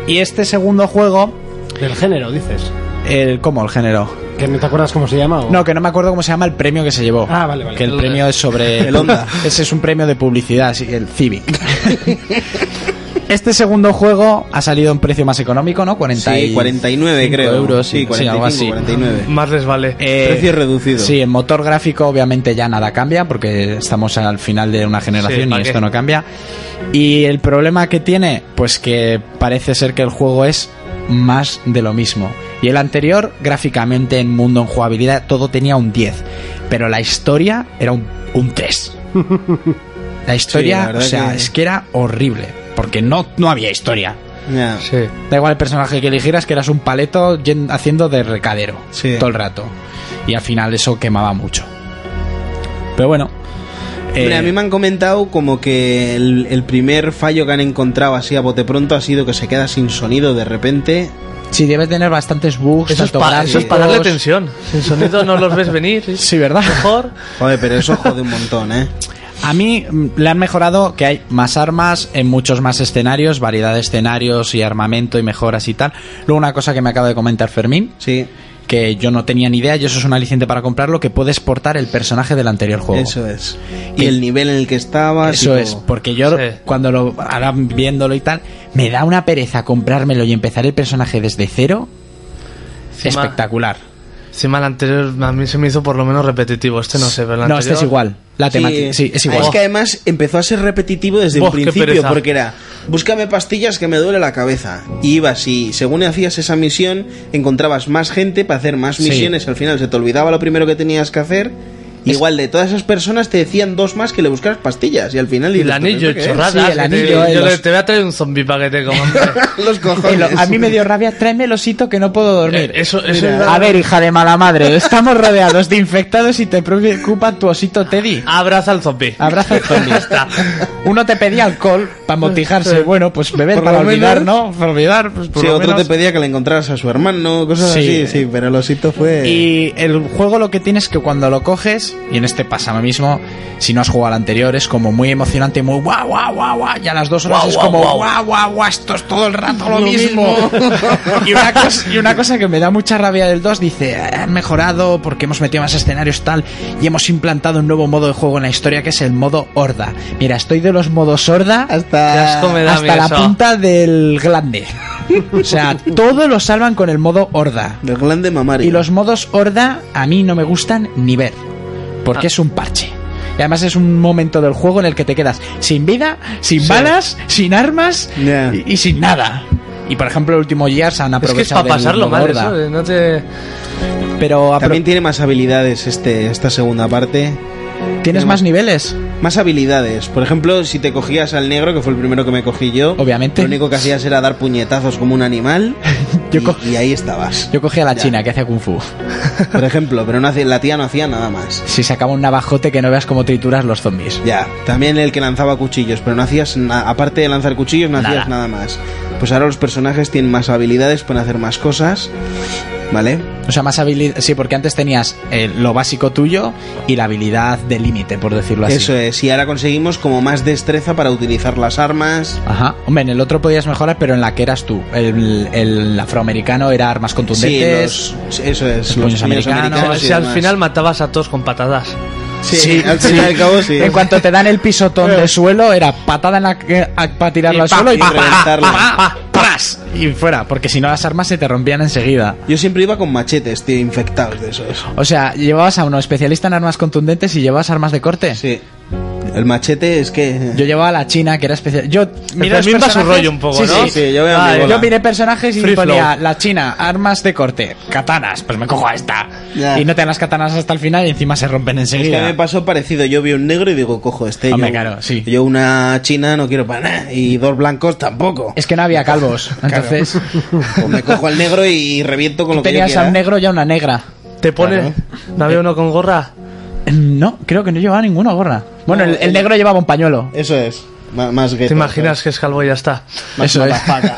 [SPEAKER 6] Y este segundo juego,
[SPEAKER 2] Del género, dices.
[SPEAKER 6] el, ¿cómo el género?
[SPEAKER 2] Que no te acuerdas cómo se llama. o-
[SPEAKER 6] No, que no me acuerdo cómo se llama el premio que se llevó.
[SPEAKER 2] Ah, vale, vale.
[SPEAKER 6] Que el premio es sobre...
[SPEAKER 5] El Onda.
[SPEAKER 6] Ese es un premio de publicidad, sí, el Civic. Este segundo juego ha salido a un precio más económico, ¿no? 40 y-
[SPEAKER 5] Sí, 49
[SPEAKER 6] cinco
[SPEAKER 5] creo.
[SPEAKER 6] euros,
[SPEAKER 5] sí,
[SPEAKER 6] sí, sí, algo
[SPEAKER 5] 45,
[SPEAKER 6] así.
[SPEAKER 5] 49.
[SPEAKER 4] Más les vale.
[SPEAKER 6] Eh,
[SPEAKER 5] Precio reducido.
[SPEAKER 6] Sí, en motor gráfico obviamente ya nada cambia porque estamos al final de una
[SPEAKER 4] Sí,
[SPEAKER 6] generación
[SPEAKER 4] ¿para
[SPEAKER 6] y
[SPEAKER 4] qué?
[SPEAKER 6] esto no cambia. Y el problema que tiene, pues que parece ser que el juego es más de lo mismo. Y el anterior, gráficamente, en mundo, en jugabilidad, todo tenía un 10. Pero la historia era un, un 3. La historia,
[SPEAKER 5] la verdad
[SPEAKER 6] o sea,
[SPEAKER 5] que-
[SPEAKER 6] es que era horrible. Porque no, no había historia.
[SPEAKER 5] Ya.
[SPEAKER 4] Sí.
[SPEAKER 6] Da igual el personaje que eligieras, que eras un paleto yen- haciendo de recadero
[SPEAKER 5] Sí.
[SPEAKER 6] todo el rato. Y al final eso quemaba mucho. Pero bueno. eh,
[SPEAKER 5] Hombre, a mí me han comentado como que el, el primer fallo que han encontrado así a bote pronto ha sido que se queda sin sonido de repente.
[SPEAKER 6] Sí, debe tener bastantes bugs.
[SPEAKER 4] Eso es,
[SPEAKER 6] tanto
[SPEAKER 4] pa- eso es para darle
[SPEAKER 6] gráficos.
[SPEAKER 4] tensión. Sin sonido no los ves venir. es
[SPEAKER 6] Sí, ¿verdad?
[SPEAKER 4] Mejor.
[SPEAKER 5] Joder, pero eso jode un montón, ¿eh?
[SPEAKER 6] A mí mm, le han mejorado que hay más armas en muchos más escenarios, variedad de escenarios y armamento y mejoras y tal. Luego una cosa que me acaba de comentar Fermín,
[SPEAKER 5] Sí,
[SPEAKER 6] que yo no tenía ni idea, y eso es un aliciente para comprarlo, que puede exportar el personaje del anterior juego.
[SPEAKER 5] eso es. Y el nivel en el que estabas. y
[SPEAKER 6] Eso
[SPEAKER 5] todo.
[SPEAKER 6] es, porque yo
[SPEAKER 4] Sí.
[SPEAKER 6] cuando lo ahora viéndolo y tal, me da una pereza comprármelo y empezar el personaje desde cero.
[SPEAKER 4] Encima-
[SPEAKER 6] Espectacular.
[SPEAKER 4] Encima el anterior a mí se me hizo por lo menos repetitivo. Este no sé, pero el
[SPEAKER 6] No, este
[SPEAKER 4] anterior-
[SPEAKER 6] es igual. La temática, sí, es igual.
[SPEAKER 5] Ah, que además empezó a ser repetitivo desde
[SPEAKER 4] Buah,
[SPEAKER 5] un
[SPEAKER 4] qué
[SPEAKER 5] principio,
[SPEAKER 4] pereza.
[SPEAKER 5] porque era, búscame pastillas que me duele la cabeza. Y ibas y según hacías esa misión, encontrabas más gente para hacer más
[SPEAKER 6] Sí.
[SPEAKER 5] misiones. Al final se te olvidaba lo primero que tenías que hacer. Y Igual de todas esas personas te decían dos más que le buscaras pastillas. Y al final...
[SPEAKER 4] Y el
[SPEAKER 5] dices,
[SPEAKER 4] anillo,
[SPEAKER 5] ¿pero esto qué
[SPEAKER 4] chorradas.
[SPEAKER 6] Sí, el
[SPEAKER 4] que te-
[SPEAKER 6] anillo, eh,
[SPEAKER 4] yo le-
[SPEAKER 6] los-
[SPEAKER 4] Te voy a traer un zombi para que te coman.
[SPEAKER 5] es?". Los cojones.
[SPEAKER 6] Eh, lo- a mí me dio rabia, tráeme el osito que no puedo dormir.
[SPEAKER 4] Eh, eso- eso
[SPEAKER 6] Mira,
[SPEAKER 4] es-
[SPEAKER 6] a ver, hija de mala madre, estamos rodeados de infectados y te preocupa tu osito Teddy.
[SPEAKER 4] Abraza al zombi.
[SPEAKER 6] Abraza zombies. Uno te pedía alcohol para motijarse. Bueno, pues beber
[SPEAKER 5] Por
[SPEAKER 6] para
[SPEAKER 5] lo
[SPEAKER 6] olvidar,
[SPEAKER 5] menos.
[SPEAKER 6] ¿no? Para olvidar, pues por
[SPEAKER 5] Sí,
[SPEAKER 6] lo
[SPEAKER 5] otro
[SPEAKER 6] menos.
[SPEAKER 5] te pedía que le encontraras a su hermano, cosas
[SPEAKER 6] Sí.
[SPEAKER 5] así, sí, pero el osito fue...
[SPEAKER 6] Y el juego lo que tienes es que cuando lo coges, y en este pasa lo mismo, si no has jugado al anterior, es como muy emocionante, muy guau, guau, guau, guau, y a las dos horas es como guau, guau, guau, esto es todo el rato lo, mismo. y, una cosa, y una cosa que me da mucha rabia del 2, dice, "Eh, han mejorado porque hemos metido más escenarios tal, y hemos implantado un nuevo modo de juego en la historia que es el modo horda. Mira, estoy de los modos horda
[SPEAKER 4] Qué
[SPEAKER 5] Hasta...
[SPEAKER 4] asco me da a mí
[SPEAKER 6] hasta la
[SPEAKER 4] eso.
[SPEAKER 6] punta del glande. O sea, todo lo salvan con el modo horda.
[SPEAKER 5] Del glande mamario.
[SPEAKER 6] Y los modos horda a mí no me gustan ni ver,
[SPEAKER 4] Ah.
[SPEAKER 6] porque es un parche. Y además es un momento del juego en el que te quedas sin vida, sin balas, sin armas
[SPEAKER 5] Ya.
[SPEAKER 6] y, y sin nada. Y por ejemplo, el último Gears han
[SPEAKER 4] Es que es
[SPEAKER 6] aprovechado.
[SPEAKER 4] para
[SPEAKER 6] del
[SPEAKER 4] pasarlo
[SPEAKER 6] modo
[SPEAKER 4] mal,
[SPEAKER 6] horda.
[SPEAKER 4] eso. eh, No te...
[SPEAKER 6] Pero apro-
[SPEAKER 5] También tiene más habilidades este, esta segunda parte.
[SPEAKER 6] tienes más niveles.
[SPEAKER 5] Más habilidades. Por ejemplo, si te cogías al negro, que fue el primero que me cogí yo,
[SPEAKER 6] Obviamente.
[SPEAKER 5] Lo único que hacías era dar puñetazos como un animal.
[SPEAKER 6] Yo
[SPEAKER 5] y-
[SPEAKER 6] co-
[SPEAKER 5] y, ahí estabas.
[SPEAKER 6] Yo cogí a la china que hace kung fu.
[SPEAKER 5] Por ejemplo, pero no hacía- la tía no hacía nada más.
[SPEAKER 6] Si sacaba un navajote que no veas cómo trituras los zombies.
[SPEAKER 5] Ya, también el que lanzaba cuchillos, pero no hacías na- aparte de lanzar cuchillos, no hacías nada más. Pues ahora los personajes tienen más habilidades, pueden hacer más cosas. ¿Vale?
[SPEAKER 6] O sea, más habilidad. Sí, porque antes tenías eh, lo básico tuyo y la habilidad de límite, por decirlo así.
[SPEAKER 5] Eso es. Y ahora conseguimos como más destreza para utilizar las armas.
[SPEAKER 6] Ajá. Hombre, en el otro podías mejorar, pero en la que eras tú. El, el afroamericano era armas
[SPEAKER 5] Sí,
[SPEAKER 6] contundentes.
[SPEAKER 5] los- eso es.
[SPEAKER 6] Los
[SPEAKER 5] Los
[SPEAKER 6] puños
[SPEAKER 5] puños
[SPEAKER 6] americanos.
[SPEAKER 5] americanos. y
[SPEAKER 4] Ah, si al
[SPEAKER 5] demás.
[SPEAKER 4] final matabas a todos con patadas.
[SPEAKER 5] Sí, al fin y al cabo sí.
[SPEAKER 6] En cuanto te dan el pisotón de suelo, era patada en la que- a- pa' tirarlo
[SPEAKER 4] Y
[SPEAKER 6] al
[SPEAKER 4] pa-
[SPEAKER 6] suelo y
[SPEAKER 5] y
[SPEAKER 6] pa- pa-
[SPEAKER 5] reventarlo.
[SPEAKER 6] pa- pa- ¡pras! Y fuera, porque si no las armas se te rompían enseguida.
[SPEAKER 5] Yo siempre iba con machetes, tío, infectados de esos.
[SPEAKER 6] O sea, llevabas a uno especialista en armas contundentes y llevabas armas de corte.
[SPEAKER 5] Sí. El machete es que.
[SPEAKER 6] Yo llevaba a la china, que era especial. Yo miré
[SPEAKER 4] Fermín va
[SPEAKER 6] los
[SPEAKER 4] a su
[SPEAKER 6] personajes-
[SPEAKER 4] rollo un poco,
[SPEAKER 6] Sí,
[SPEAKER 4] ¿no?
[SPEAKER 5] sí,
[SPEAKER 6] sí. Ah, eh,
[SPEAKER 5] sí, yo veo a mi
[SPEAKER 4] Vale,
[SPEAKER 5] bola.
[SPEAKER 6] Yo miré personajes y
[SPEAKER 4] Free
[SPEAKER 6] ponía
[SPEAKER 4] flow.
[SPEAKER 6] la china, armas de corte, katanas. Pues me cojo a esta.
[SPEAKER 5] Ya.
[SPEAKER 6] Y no te dan las katanas hasta el final y encima se rompen
[SPEAKER 5] Es que a mí
[SPEAKER 6] enseguida.
[SPEAKER 5] me pasó parecido. Yo vi un negro y digo, cojo este.
[SPEAKER 6] Hombre,
[SPEAKER 5] yo,
[SPEAKER 6] claro, sí.
[SPEAKER 5] yo una china no quiero para nada. Y dos blancos tampoco.
[SPEAKER 6] Es que no había calvos. Entonces
[SPEAKER 5] Pues me cojo al negro y reviento con lo que yo
[SPEAKER 6] tenías a
[SPEAKER 5] quiera. ¿eh?
[SPEAKER 6] un negro y a una negra. Eh,
[SPEAKER 4] Te pone... ¿No había uno con gorra?
[SPEAKER 6] No, creo que no llevaba ninguna gorra. Bueno, el, el negro llevaba un pañuelo.
[SPEAKER 5] Eso es. Más, más gueto,
[SPEAKER 4] ¿Te imaginas que es calvo y ya está?
[SPEAKER 5] ¿sabes? Más
[SPEAKER 6] Eso es.
[SPEAKER 5] matafaca.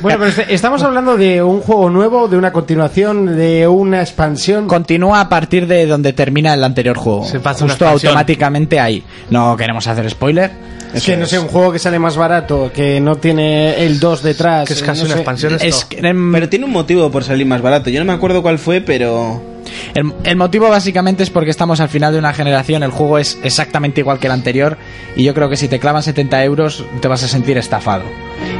[SPEAKER 2] Bueno, pero este- estamos hablando de un juego nuevo, de una continuación, de una expansión.
[SPEAKER 6] Continúa a partir de donde termina el anterior juego.
[SPEAKER 4] Se pasa una
[SPEAKER 6] Justo
[SPEAKER 4] expansión.
[SPEAKER 6] automáticamente ahí. No queremos hacer spoiler.
[SPEAKER 2] Es que no sé, un juego que sale más barato, que no tiene el 2 detrás.
[SPEAKER 4] Que es
[SPEAKER 2] eh,
[SPEAKER 4] casi
[SPEAKER 2] no
[SPEAKER 4] una
[SPEAKER 2] sé.
[SPEAKER 4] expansión esto.
[SPEAKER 6] Es que, em,
[SPEAKER 5] Pero tiene un motivo por salir más barato. Yo no me acuerdo cuál fue, pero.
[SPEAKER 6] El, el motivo básicamente es porque estamos al final de una generación, el juego es exactamente igual que el anterior y yo creo que si te clavan 70 euros te vas a sentir estafado.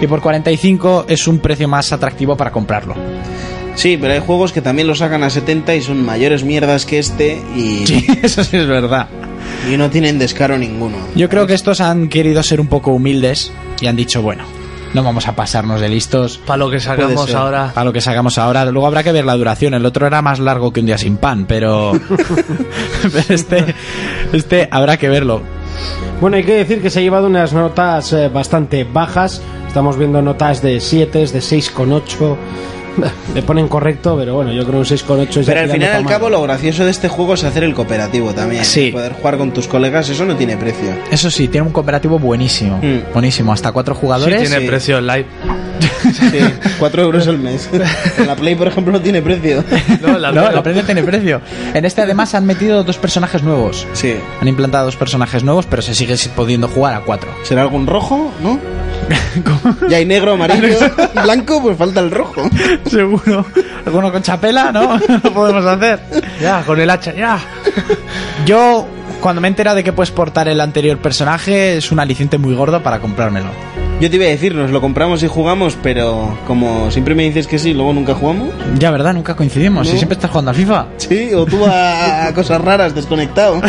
[SPEAKER 6] Y por 45 es un precio más atractivo para comprarlo.
[SPEAKER 5] Sí, pero hay juegos que también lo sacan a 70 y son mayores mierdas que este y,
[SPEAKER 6] Sí, eso sí es verdad.
[SPEAKER 5] y no tienen descaro ninguno.
[SPEAKER 6] Yo creo que estos han querido ser un poco humildes y han dicho, bueno, no vamos a pasarnos de listos.
[SPEAKER 4] Para lo que sacamos
[SPEAKER 5] ser.
[SPEAKER 4] ahora...
[SPEAKER 6] A lo que sacamos ahora, luego habrá que ver la duración. El otro era más largo que un día sin pan, pero. pero este, este habrá que verlo.
[SPEAKER 2] Bueno, hay que decir que se ha llevado unas notas eh, bastante bajas. Estamos viendo notas de 7, de 6,8. Le ponen correcto, pero bueno, yo creo un 6,8 es ya
[SPEAKER 5] Pero al
[SPEAKER 2] tirando
[SPEAKER 5] final,
[SPEAKER 2] pa'
[SPEAKER 5] al
[SPEAKER 2] mal.
[SPEAKER 5] cabo, lo gracioso de este juego es hacer el cooperativo también.
[SPEAKER 6] Sí.
[SPEAKER 5] Poder jugar con tus colegas, eso no tiene precio.
[SPEAKER 6] Eso sí, tiene un cooperativo buenísimo.
[SPEAKER 5] Mm.
[SPEAKER 6] Buenísimo, hasta cuatro
[SPEAKER 4] Sí,
[SPEAKER 6] jugadores.
[SPEAKER 4] tiene
[SPEAKER 5] Sí.
[SPEAKER 4] precio live.
[SPEAKER 5] Sí, 4 euros al mes. En la Play, por ejemplo, no tiene precio.
[SPEAKER 4] No, la-
[SPEAKER 6] No, la prenda tiene precio. En este además han metido dos personajes nuevos.
[SPEAKER 5] Sí.
[SPEAKER 6] Han implantado dos personajes nuevos, pero se sigue pudiendo jugar a cuatro.
[SPEAKER 5] ¿Será algún rojo? ¿No? Ya hay negro, amarillo, blanco, pues falta el rojo.
[SPEAKER 6] Seguro. Alguno con chapela, ¿no? No podemos hacer.
[SPEAKER 4] Ya, con el hacha, ya.
[SPEAKER 6] Yo, cuando me he enterado de que puedes portar el anterior personaje, es un aliciente muy gordo para comprármelo.
[SPEAKER 5] Yo te iba a decir, nos lo compramos y jugamos, pero como siempre me dices que sí, luego nunca jugamos.
[SPEAKER 6] Ya, ¿verdad? Nunca coincidimos. Si siempre estás jugando al FIFA.
[SPEAKER 5] Sí, o tú a, a cosas raras, desconectado.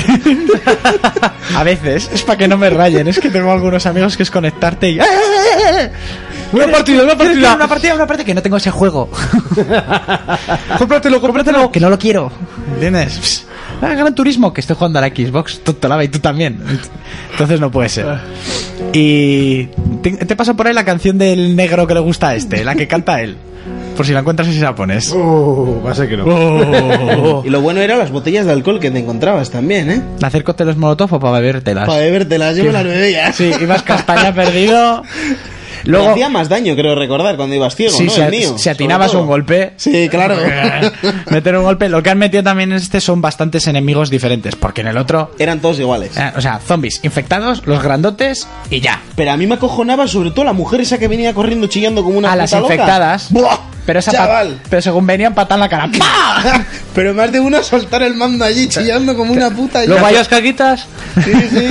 [SPEAKER 6] A veces. Es para que no me rayen. Es que tengo algunos amigos que es conectarte y... "Eh,
[SPEAKER 4] Una partida, una partida.
[SPEAKER 6] Una partida, una partida que no tengo ese juego.
[SPEAKER 4] Cómpratelo, cómpratelo.
[SPEAKER 6] que no lo quiero. ¿Entiendes? Pss. Ah, Gran Turismo, que estoy jugando a la Xbox, Totalaba y tú también. Entonces no puede ser. Y te, te paso por ahí la canción del negro que le gusta a este, la que canta él. Por si la encuentras y se la pones.
[SPEAKER 2] Uh, va a ser que no.
[SPEAKER 6] Oh.
[SPEAKER 5] Y lo bueno eran las botellas de alcohol que te encontrabas también, ¿eh?
[SPEAKER 6] ¿Hacer cócteles molotov o para bebértelas?
[SPEAKER 5] Para bebértelas, yo me las bebía.
[SPEAKER 6] Ah, Sí, ibas castaña perdido.
[SPEAKER 5] Luego...
[SPEAKER 6] Luego,
[SPEAKER 5] hacía más daño, creo recordar, cuando ibas ciego,
[SPEAKER 6] si,
[SPEAKER 5] ¿no?
[SPEAKER 6] se,
[SPEAKER 5] El mío,
[SPEAKER 6] si atinabas
[SPEAKER 5] sobre
[SPEAKER 6] un
[SPEAKER 5] todo.
[SPEAKER 6] golpe,
[SPEAKER 5] Sí, claro.
[SPEAKER 6] meter un golpe. Lo que han metido también en este son bastantes enemigos diferentes, porque en el otro
[SPEAKER 5] Eran todos iguales.
[SPEAKER 6] Eh, O sea, zombies infectados, los grandotes y ya.
[SPEAKER 5] Pero a mí me acojonaba sobre todo la mujer esa que venía corriendo chillando como una
[SPEAKER 6] a las
[SPEAKER 5] puta loca.
[SPEAKER 6] infectadas.
[SPEAKER 5] ¡Buah!
[SPEAKER 6] Pero, esa pa-
[SPEAKER 5] ¡Chaval!
[SPEAKER 6] pero según venían, patan la cara. ¡Pah!
[SPEAKER 5] Pero más de uno a soltar el mando allí chillando como una puta.
[SPEAKER 4] Luego
[SPEAKER 5] ya.
[SPEAKER 4] hay las caquitas.
[SPEAKER 5] Sí, sí.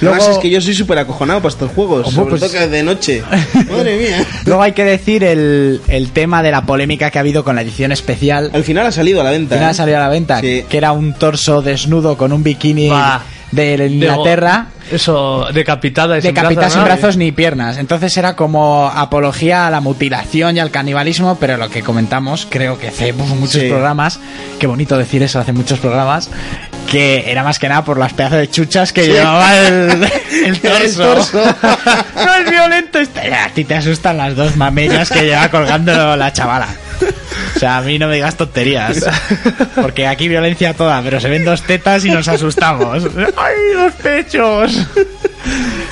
[SPEAKER 5] Lo
[SPEAKER 6] Luego-
[SPEAKER 5] más es que yo soy súper acojonado para estos juegos.
[SPEAKER 6] Ojo,
[SPEAKER 5] sobre
[SPEAKER 6] pues-
[SPEAKER 5] todo que de noche. Madre mía.
[SPEAKER 6] Luego hay que decir el, el tema de la polémica que ha habido con la edición especial.
[SPEAKER 5] Al final ha salido a la venta.
[SPEAKER 6] que nada
[SPEAKER 5] ¿eh?
[SPEAKER 6] salió a la venta.
[SPEAKER 5] Sí.
[SPEAKER 6] Que era un torso desnudo con un bikini
[SPEAKER 4] Bah.
[SPEAKER 6] de Inglaterra.
[SPEAKER 4] Eso, decapitada y sin
[SPEAKER 6] Decapitada
[SPEAKER 4] brazos,
[SPEAKER 6] sin
[SPEAKER 4] ¿no?
[SPEAKER 6] brazos ni piernas. Entonces era como apología a la mutilación y al canibalismo, pero lo que comentamos, creo que hace muchos
[SPEAKER 5] Sí.
[SPEAKER 6] programas, qué bonito decir eso, hace muchos programas, que era más que nada por las pedazos de chuchas que llevaba el, el torso.
[SPEAKER 5] torso.
[SPEAKER 6] no es violento. este- A ti te asustan las dos mamellas que lleva colgando la chavala. O sea, a mí no me digas tonterías. Porque aquí violencia toda, pero se ven dos tetas y nos asustamos. ¡Ay, dos pechos!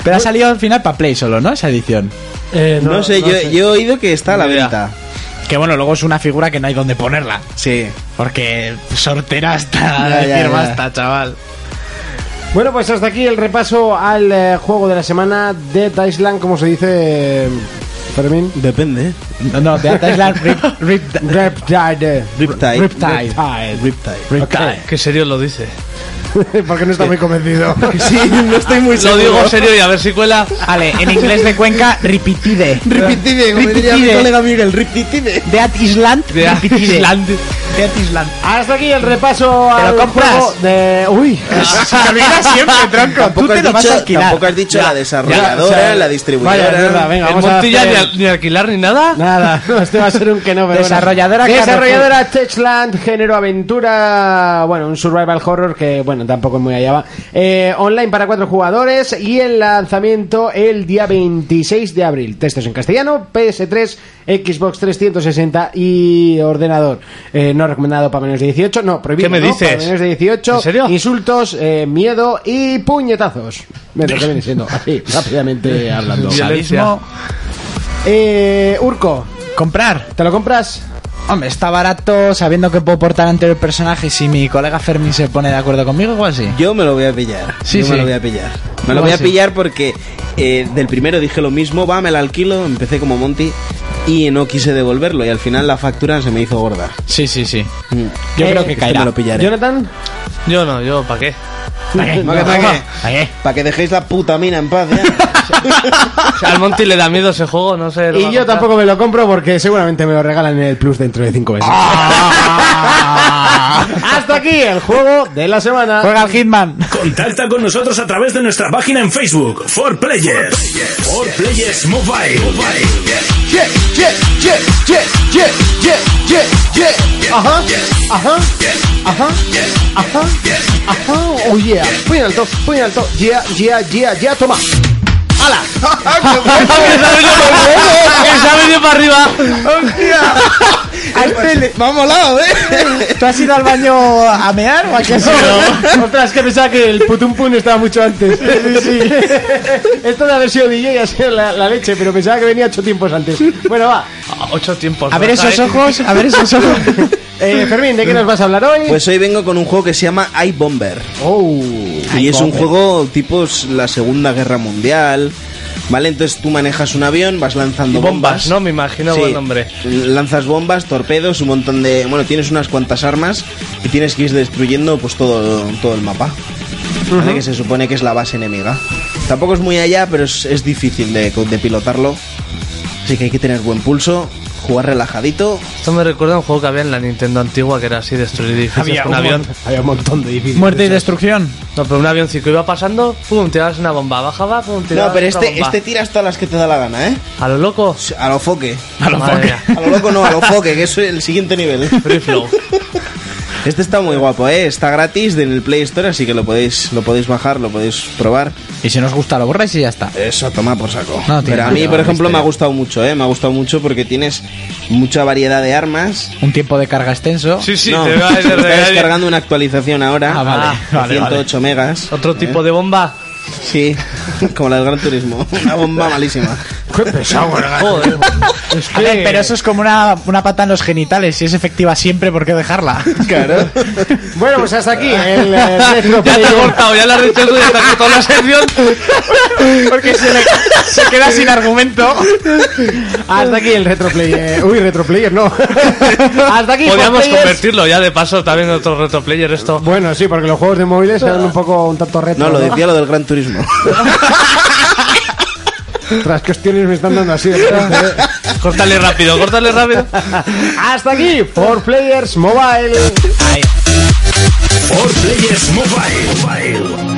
[SPEAKER 6] Pero ha salido al final para Play solo, ¿no? Esa edición.
[SPEAKER 2] Eh,
[SPEAKER 5] No, sé, yo, yo he oído que está a la
[SPEAKER 4] Ni idea.
[SPEAKER 5] venta.
[SPEAKER 6] Que bueno, luego es una figura que no hay dónde ponerla.
[SPEAKER 5] Sí.
[SPEAKER 6] Porque sortera hasta
[SPEAKER 5] Ya, ya, ya.
[SPEAKER 6] decir basta, chaval.
[SPEAKER 2] Bueno, pues hasta aquí el repaso al eh, juego de la semana de Island, como se dice Fermín.
[SPEAKER 5] Depende.
[SPEAKER 6] No, no, de Atta Island, Rip, Rip-
[SPEAKER 2] Reptide.
[SPEAKER 5] Riptide.
[SPEAKER 6] Riptide.
[SPEAKER 5] Riptide.
[SPEAKER 4] Ay, Qué serio lo dice.
[SPEAKER 2] Porque no está muy convencido.
[SPEAKER 5] Sí, no estoy muy
[SPEAKER 4] Lo
[SPEAKER 5] seguro.
[SPEAKER 4] digo serio y a ver si cuela.
[SPEAKER 6] Vale, en inglés de Cuenca, Ripitide.
[SPEAKER 5] Riptide, como diría mi
[SPEAKER 6] Riptide.
[SPEAKER 5] colega Miguel, Riptide.
[SPEAKER 6] De At Island,
[SPEAKER 4] De
[SPEAKER 6] Ripitide.
[SPEAKER 4] Island.
[SPEAKER 6] De At Island.
[SPEAKER 2] Hasta aquí el repaso
[SPEAKER 6] ¿Te lo
[SPEAKER 2] al
[SPEAKER 6] compras?
[SPEAKER 2] juego de... Uy,
[SPEAKER 6] siempre, tronco. Tú
[SPEAKER 5] Tampoco
[SPEAKER 6] te
[SPEAKER 5] has,
[SPEAKER 6] lo vas a
[SPEAKER 5] dicho,
[SPEAKER 6] alquilar.
[SPEAKER 5] tampoco has dicho la desarrolladora,
[SPEAKER 2] ya, o sea,
[SPEAKER 5] la distribuidora.
[SPEAKER 2] vaya, es verdad, venga,
[SPEAKER 4] El
[SPEAKER 2] vamos a
[SPEAKER 4] Montilla
[SPEAKER 2] hacer-
[SPEAKER 4] ni, al- ni alquilar ni nada.
[SPEAKER 2] Nada, no, este va a ser un que no, pero bueno.
[SPEAKER 6] Desarrolladora
[SPEAKER 2] Desarrolladora Techland, género aventura, bueno, un survival horror que, bueno, tampoco es muy allá va. Eh, online para cuatro jugadores y el lanzamiento el día 26 de abril. Textos en castellano, PS3, Xbox 360 y ordenador. Eh, no recomendado para menores de 18, no, prohibido.
[SPEAKER 4] ¿Qué me
[SPEAKER 2] ¿no?
[SPEAKER 4] dices?
[SPEAKER 2] Para menores de 18,
[SPEAKER 4] ¿En serio?
[SPEAKER 2] insultos, eh, miedo y puñetazos. Es lo que viene siendo, así, rápidamente hablando.
[SPEAKER 4] Violencia.
[SPEAKER 2] Eh, Urco,
[SPEAKER 6] Comprar.
[SPEAKER 2] ¿te lo compras?
[SPEAKER 6] Hombre, está barato sabiendo que puedo portar ante el personaje. Si mi colega Fermín se pone de acuerdo conmigo, igual sí.
[SPEAKER 5] Yo me lo voy a pillar.
[SPEAKER 6] Sí,
[SPEAKER 5] Yo me
[SPEAKER 6] sí.
[SPEAKER 5] lo voy a pillar. Me
[SPEAKER 6] Ah,
[SPEAKER 5] lo voy a
[SPEAKER 6] sí.
[SPEAKER 5] pillar porque eh, del primero dije lo mismo, va, me la alquilo, empecé como Monty y no quise devolverlo y al final la factura se me hizo gorda.
[SPEAKER 6] Sí, sí, sí.
[SPEAKER 5] Mm.
[SPEAKER 6] Yo
[SPEAKER 2] Eh,
[SPEAKER 6] creo
[SPEAKER 5] Este
[SPEAKER 6] que caerá.
[SPEAKER 5] me lo pillaré.
[SPEAKER 2] Jonathan.
[SPEAKER 4] Yo no, yo, ¿para qué?
[SPEAKER 5] No, que pa' que-
[SPEAKER 4] eh.
[SPEAKER 5] pa' que dejéis la puta mina en paz ya.
[SPEAKER 4] O sea, al Monty le da miedo ese juego, no sé. lo va
[SPEAKER 2] Y yo
[SPEAKER 4] a comprar.
[SPEAKER 2] tampoco me lo compro porque seguramente me lo regalan en el Plus dentro de 5 meses. Hasta aquí el juego de la semana.
[SPEAKER 6] Juega al Hitman.
[SPEAKER 1] Contacta con nosotros a través de nuestra página en Facebook, For Players. For Players Mobile.
[SPEAKER 2] Ajá, ajá, ajá, ajá, ajá, oh yeah, puño alto, puño alto, yeah, yeah, yeah, yeah, toma. ¡Hala!
[SPEAKER 4] se ha venido para arriba.
[SPEAKER 6] ¿Tú has ido al baño a mear o a qué has ido?
[SPEAKER 2] Ostras, que pensaba Ah, que el putum pun estaba mucho antes. Esto de haber sido DJ ha sido la, la leche, pero pensaba que venía ocho tiempos antes. Bueno, va.
[SPEAKER 4] Ah, Ocho tiempos.
[SPEAKER 6] A ver
[SPEAKER 4] ¿no?
[SPEAKER 6] esos
[SPEAKER 4] ¿Sabes?
[SPEAKER 6] ojos, a ver esos ojos.
[SPEAKER 2] Eh, Fermín, ¿de qué nos vas a hablar hoy?
[SPEAKER 5] Pues hoy vengo con un juego que se llama I Bomber.
[SPEAKER 2] oh.
[SPEAKER 5] Y es un juego tipo s- la Segunda Guerra Mundial. ¿Vale? Entonces tú manejas un avión, vas lanzando
[SPEAKER 4] Y bombas,
[SPEAKER 5] bombas.
[SPEAKER 4] ¿no? Me imagino,
[SPEAKER 5] Sí.
[SPEAKER 4] buen nombre.
[SPEAKER 5] Lanzas bombas, torpedos, un montón de. Bueno, tienes unas cuantas armas y tienes que ir destruyendo pues todo, todo el mapa. ¿Vale? Que se supone que es la base enemiga. Tampoco es muy allá, pero es, es difícil de, de pilotarlo. Así que hay que tener buen pulso, jugar relajadito.
[SPEAKER 4] Esto me recuerda a un juego que había en la Nintendo antigua que era así, destruir edificios con un avión.
[SPEAKER 2] Había un montón de edificios.
[SPEAKER 6] Muerte y destrucción.
[SPEAKER 4] No, pero un avioncito iba pasando, pum, tirabas una bomba, bajaba, pum, tirabas
[SPEAKER 5] No, pero
[SPEAKER 4] otra
[SPEAKER 5] este,
[SPEAKER 4] bomba.
[SPEAKER 5] este tiras todas las que te da la gana, ¿eh?
[SPEAKER 4] A lo loco.
[SPEAKER 5] A lo foque.
[SPEAKER 4] A lo
[SPEAKER 5] A lo loco no, a lo foque, que es el siguiente nivel.
[SPEAKER 4] Free flow.
[SPEAKER 5] Este está muy guapo, ¿eh? Está gratis en el Play Store, así que lo podéis, lo podéis bajar, lo podéis probar.
[SPEAKER 6] Y si nos gusta, lo borráis y ya está.
[SPEAKER 4] Eh.
[SPEAKER 5] Eso, toma por saco.
[SPEAKER 6] No, tiene
[SPEAKER 5] Pero a
[SPEAKER 6] nada,
[SPEAKER 5] mí, por ejemplo,
[SPEAKER 6] misterio.
[SPEAKER 5] me ha gustado mucho, ¿eh? Me ha gustado mucho porque tienes mucha variedad de armas.
[SPEAKER 6] Un tiempo de carga extenso.
[SPEAKER 4] Sí, sí,
[SPEAKER 5] No,
[SPEAKER 4] te va a
[SPEAKER 5] está descargando una actualización ahora.
[SPEAKER 6] Ah, vale,
[SPEAKER 5] de
[SPEAKER 6] vale,
[SPEAKER 5] 108 megas.
[SPEAKER 4] Otro
[SPEAKER 5] ¿eh?
[SPEAKER 4] tipo de bomba.
[SPEAKER 5] Sí, como la del Gran Turismo. Una bomba malísima.
[SPEAKER 4] Joder. Es
[SPEAKER 6] A ver,
[SPEAKER 4] que-
[SPEAKER 6] pero eso es como una, una pata en los genitales. Si es efectiva siempre, ¿por qué dejarla?
[SPEAKER 5] Claro.
[SPEAKER 2] Bueno, pues hasta aquí el eh, Retro
[SPEAKER 4] Ya te he
[SPEAKER 2] Player.
[SPEAKER 4] cortado, ya la has dicho tú, ya te has cortado la sección.
[SPEAKER 6] Porque se, queda sin argumento.
[SPEAKER 2] Hasta aquí el retroplayer. Uy, retroplayer, no. Hasta aquí.
[SPEAKER 4] Podríamos
[SPEAKER 2] Forplayers.
[SPEAKER 4] convertirlo ya de paso también en otro reto player esto.
[SPEAKER 2] Bueno, sí, porque los juegos de móviles eran un poco un tanto retro.
[SPEAKER 5] No, lo decía lo del Gran Turismo.
[SPEAKER 2] Otras cuestiones me están dando así. de repente, ¿eh?
[SPEAKER 4] Córtale rápido, córtale rápido.
[SPEAKER 2] Hasta aquí, For Players Mobile.
[SPEAKER 1] For Players Mobile.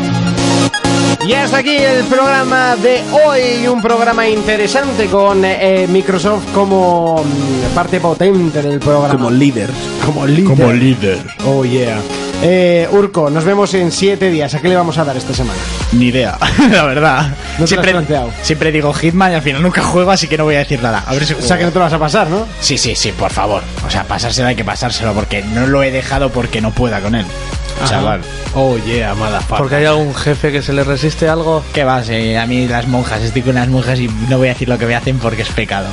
[SPEAKER 2] Y hasta aquí el programa de hoy. Un programa interesante con eh, Microsoft como mm, parte potente del programa.
[SPEAKER 5] Como líder.
[SPEAKER 2] Como líder. Oh, yeah. Eh, Urco, nos vemos en siete días. ¿A qué le vamos a dar esta semana?
[SPEAKER 6] Ni idea, la verdad.
[SPEAKER 2] No te lo has planteado.
[SPEAKER 6] siempre digo Hitman y al final nunca juego, así que no voy a decir nada. A ver si
[SPEAKER 2] O sea que no te lo vas a pasar, ¿no?
[SPEAKER 6] Sí, sí, sí, por favor. O sea, pasárselo hay que pasárselo porque no lo he dejado porque no pueda con él. O sea, vale. Oh, yeah, amada.
[SPEAKER 4] Porque hay algún jefe que se le resiste algo.
[SPEAKER 6] ¿Qué va? Sí, a mí las monjas, estoy con las monjas y no voy a decir lo que me hacen porque es pecado.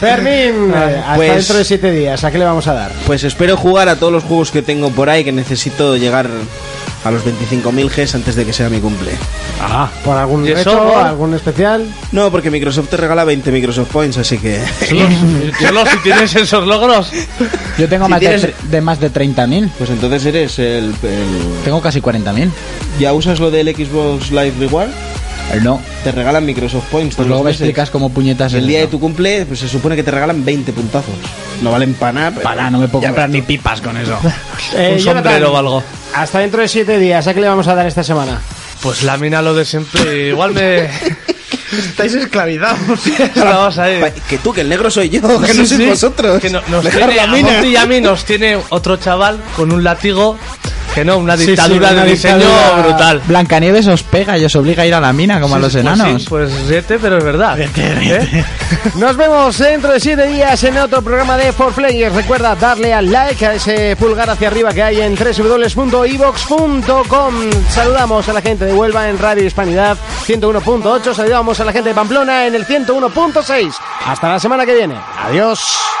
[SPEAKER 2] Fermín, eh, hasta
[SPEAKER 5] pues-
[SPEAKER 2] dentro de siete días. ¿A qué le vamos a dar?
[SPEAKER 5] Pues espero jugar a todos los juegos que tengo por ahí, que necesito llegar a los 25.000 Gs antes de que sea mi cumple.
[SPEAKER 2] ¿Por algún
[SPEAKER 4] ¿Y eso,
[SPEAKER 2] reto?
[SPEAKER 4] Gor?
[SPEAKER 2] ¿Algún especial?
[SPEAKER 5] No, porque Microsoft te regala 20 Microsoft Points, así que...
[SPEAKER 4] Solo, solo si tienes esos logros.
[SPEAKER 6] Yo tengo
[SPEAKER 5] Si
[SPEAKER 6] más, de,
[SPEAKER 5] tienes-
[SPEAKER 6] tre- de más de 30.000.
[SPEAKER 5] Pues entonces eres el... el-
[SPEAKER 6] Tengo casi 40.000.
[SPEAKER 5] ¿Ya usas lo del Xbox Live Reward?
[SPEAKER 6] Eh, No.
[SPEAKER 5] Te regalan Microsoft Points.
[SPEAKER 6] Pues
[SPEAKER 5] todos
[SPEAKER 6] luego
[SPEAKER 5] los
[SPEAKER 6] me
[SPEAKER 5] meses.
[SPEAKER 6] explicas cómo puñetas
[SPEAKER 5] El
[SPEAKER 6] es
[SPEAKER 5] día de
[SPEAKER 6] eso.
[SPEAKER 5] tu cumple, pues se supone que te regalan 20 puntazos. No valen para nada. pero-
[SPEAKER 6] Para, no me puedo
[SPEAKER 5] Ya
[SPEAKER 6] comprar ni pipas con eso.
[SPEAKER 2] Eh,
[SPEAKER 4] un
[SPEAKER 2] Jonathan,
[SPEAKER 4] sombrero o algo.
[SPEAKER 2] Hasta dentro de siete días. ¿A qué le vamos a dar esta semana?
[SPEAKER 4] Pues la mina lo de siempre. Igual me.
[SPEAKER 5] Estáis esclavizados.
[SPEAKER 4] Estabas ahí.
[SPEAKER 5] Que tú, que el negro soy yo, Eh, que no
[SPEAKER 4] Sí,
[SPEAKER 5] sois
[SPEAKER 4] sí.
[SPEAKER 5] vosotros.
[SPEAKER 4] Que no- nos
[SPEAKER 5] Dejar
[SPEAKER 4] tiene,
[SPEAKER 5] la
[SPEAKER 4] a
[SPEAKER 5] mina.
[SPEAKER 4] Monty y a mí nos tiene otro chaval con un látigo. Que no, una dictadura
[SPEAKER 2] una
[SPEAKER 4] de diseño
[SPEAKER 2] dictadura-
[SPEAKER 4] brutal.
[SPEAKER 6] Blancanieves os pega y os obliga a ir a la mina como a los
[SPEAKER 4] Pues sí,
[SPEAKER 6] enanos.
[SPEAKER 4] Pues, siete, pero es verdad. ¿Eh?
[SPEAKER 2] Nos vemos dentro de siete días en otro programa de 4Players. Recuerda darle al like a ese pulgar hacia arriba que hay en www.evox.com. Saludamos a la gente de Huelva en Radio Hispanidad 101.8. Saludamos a la gente de Pamplona en el 101.6. Hasta la semana que viene. Adiós.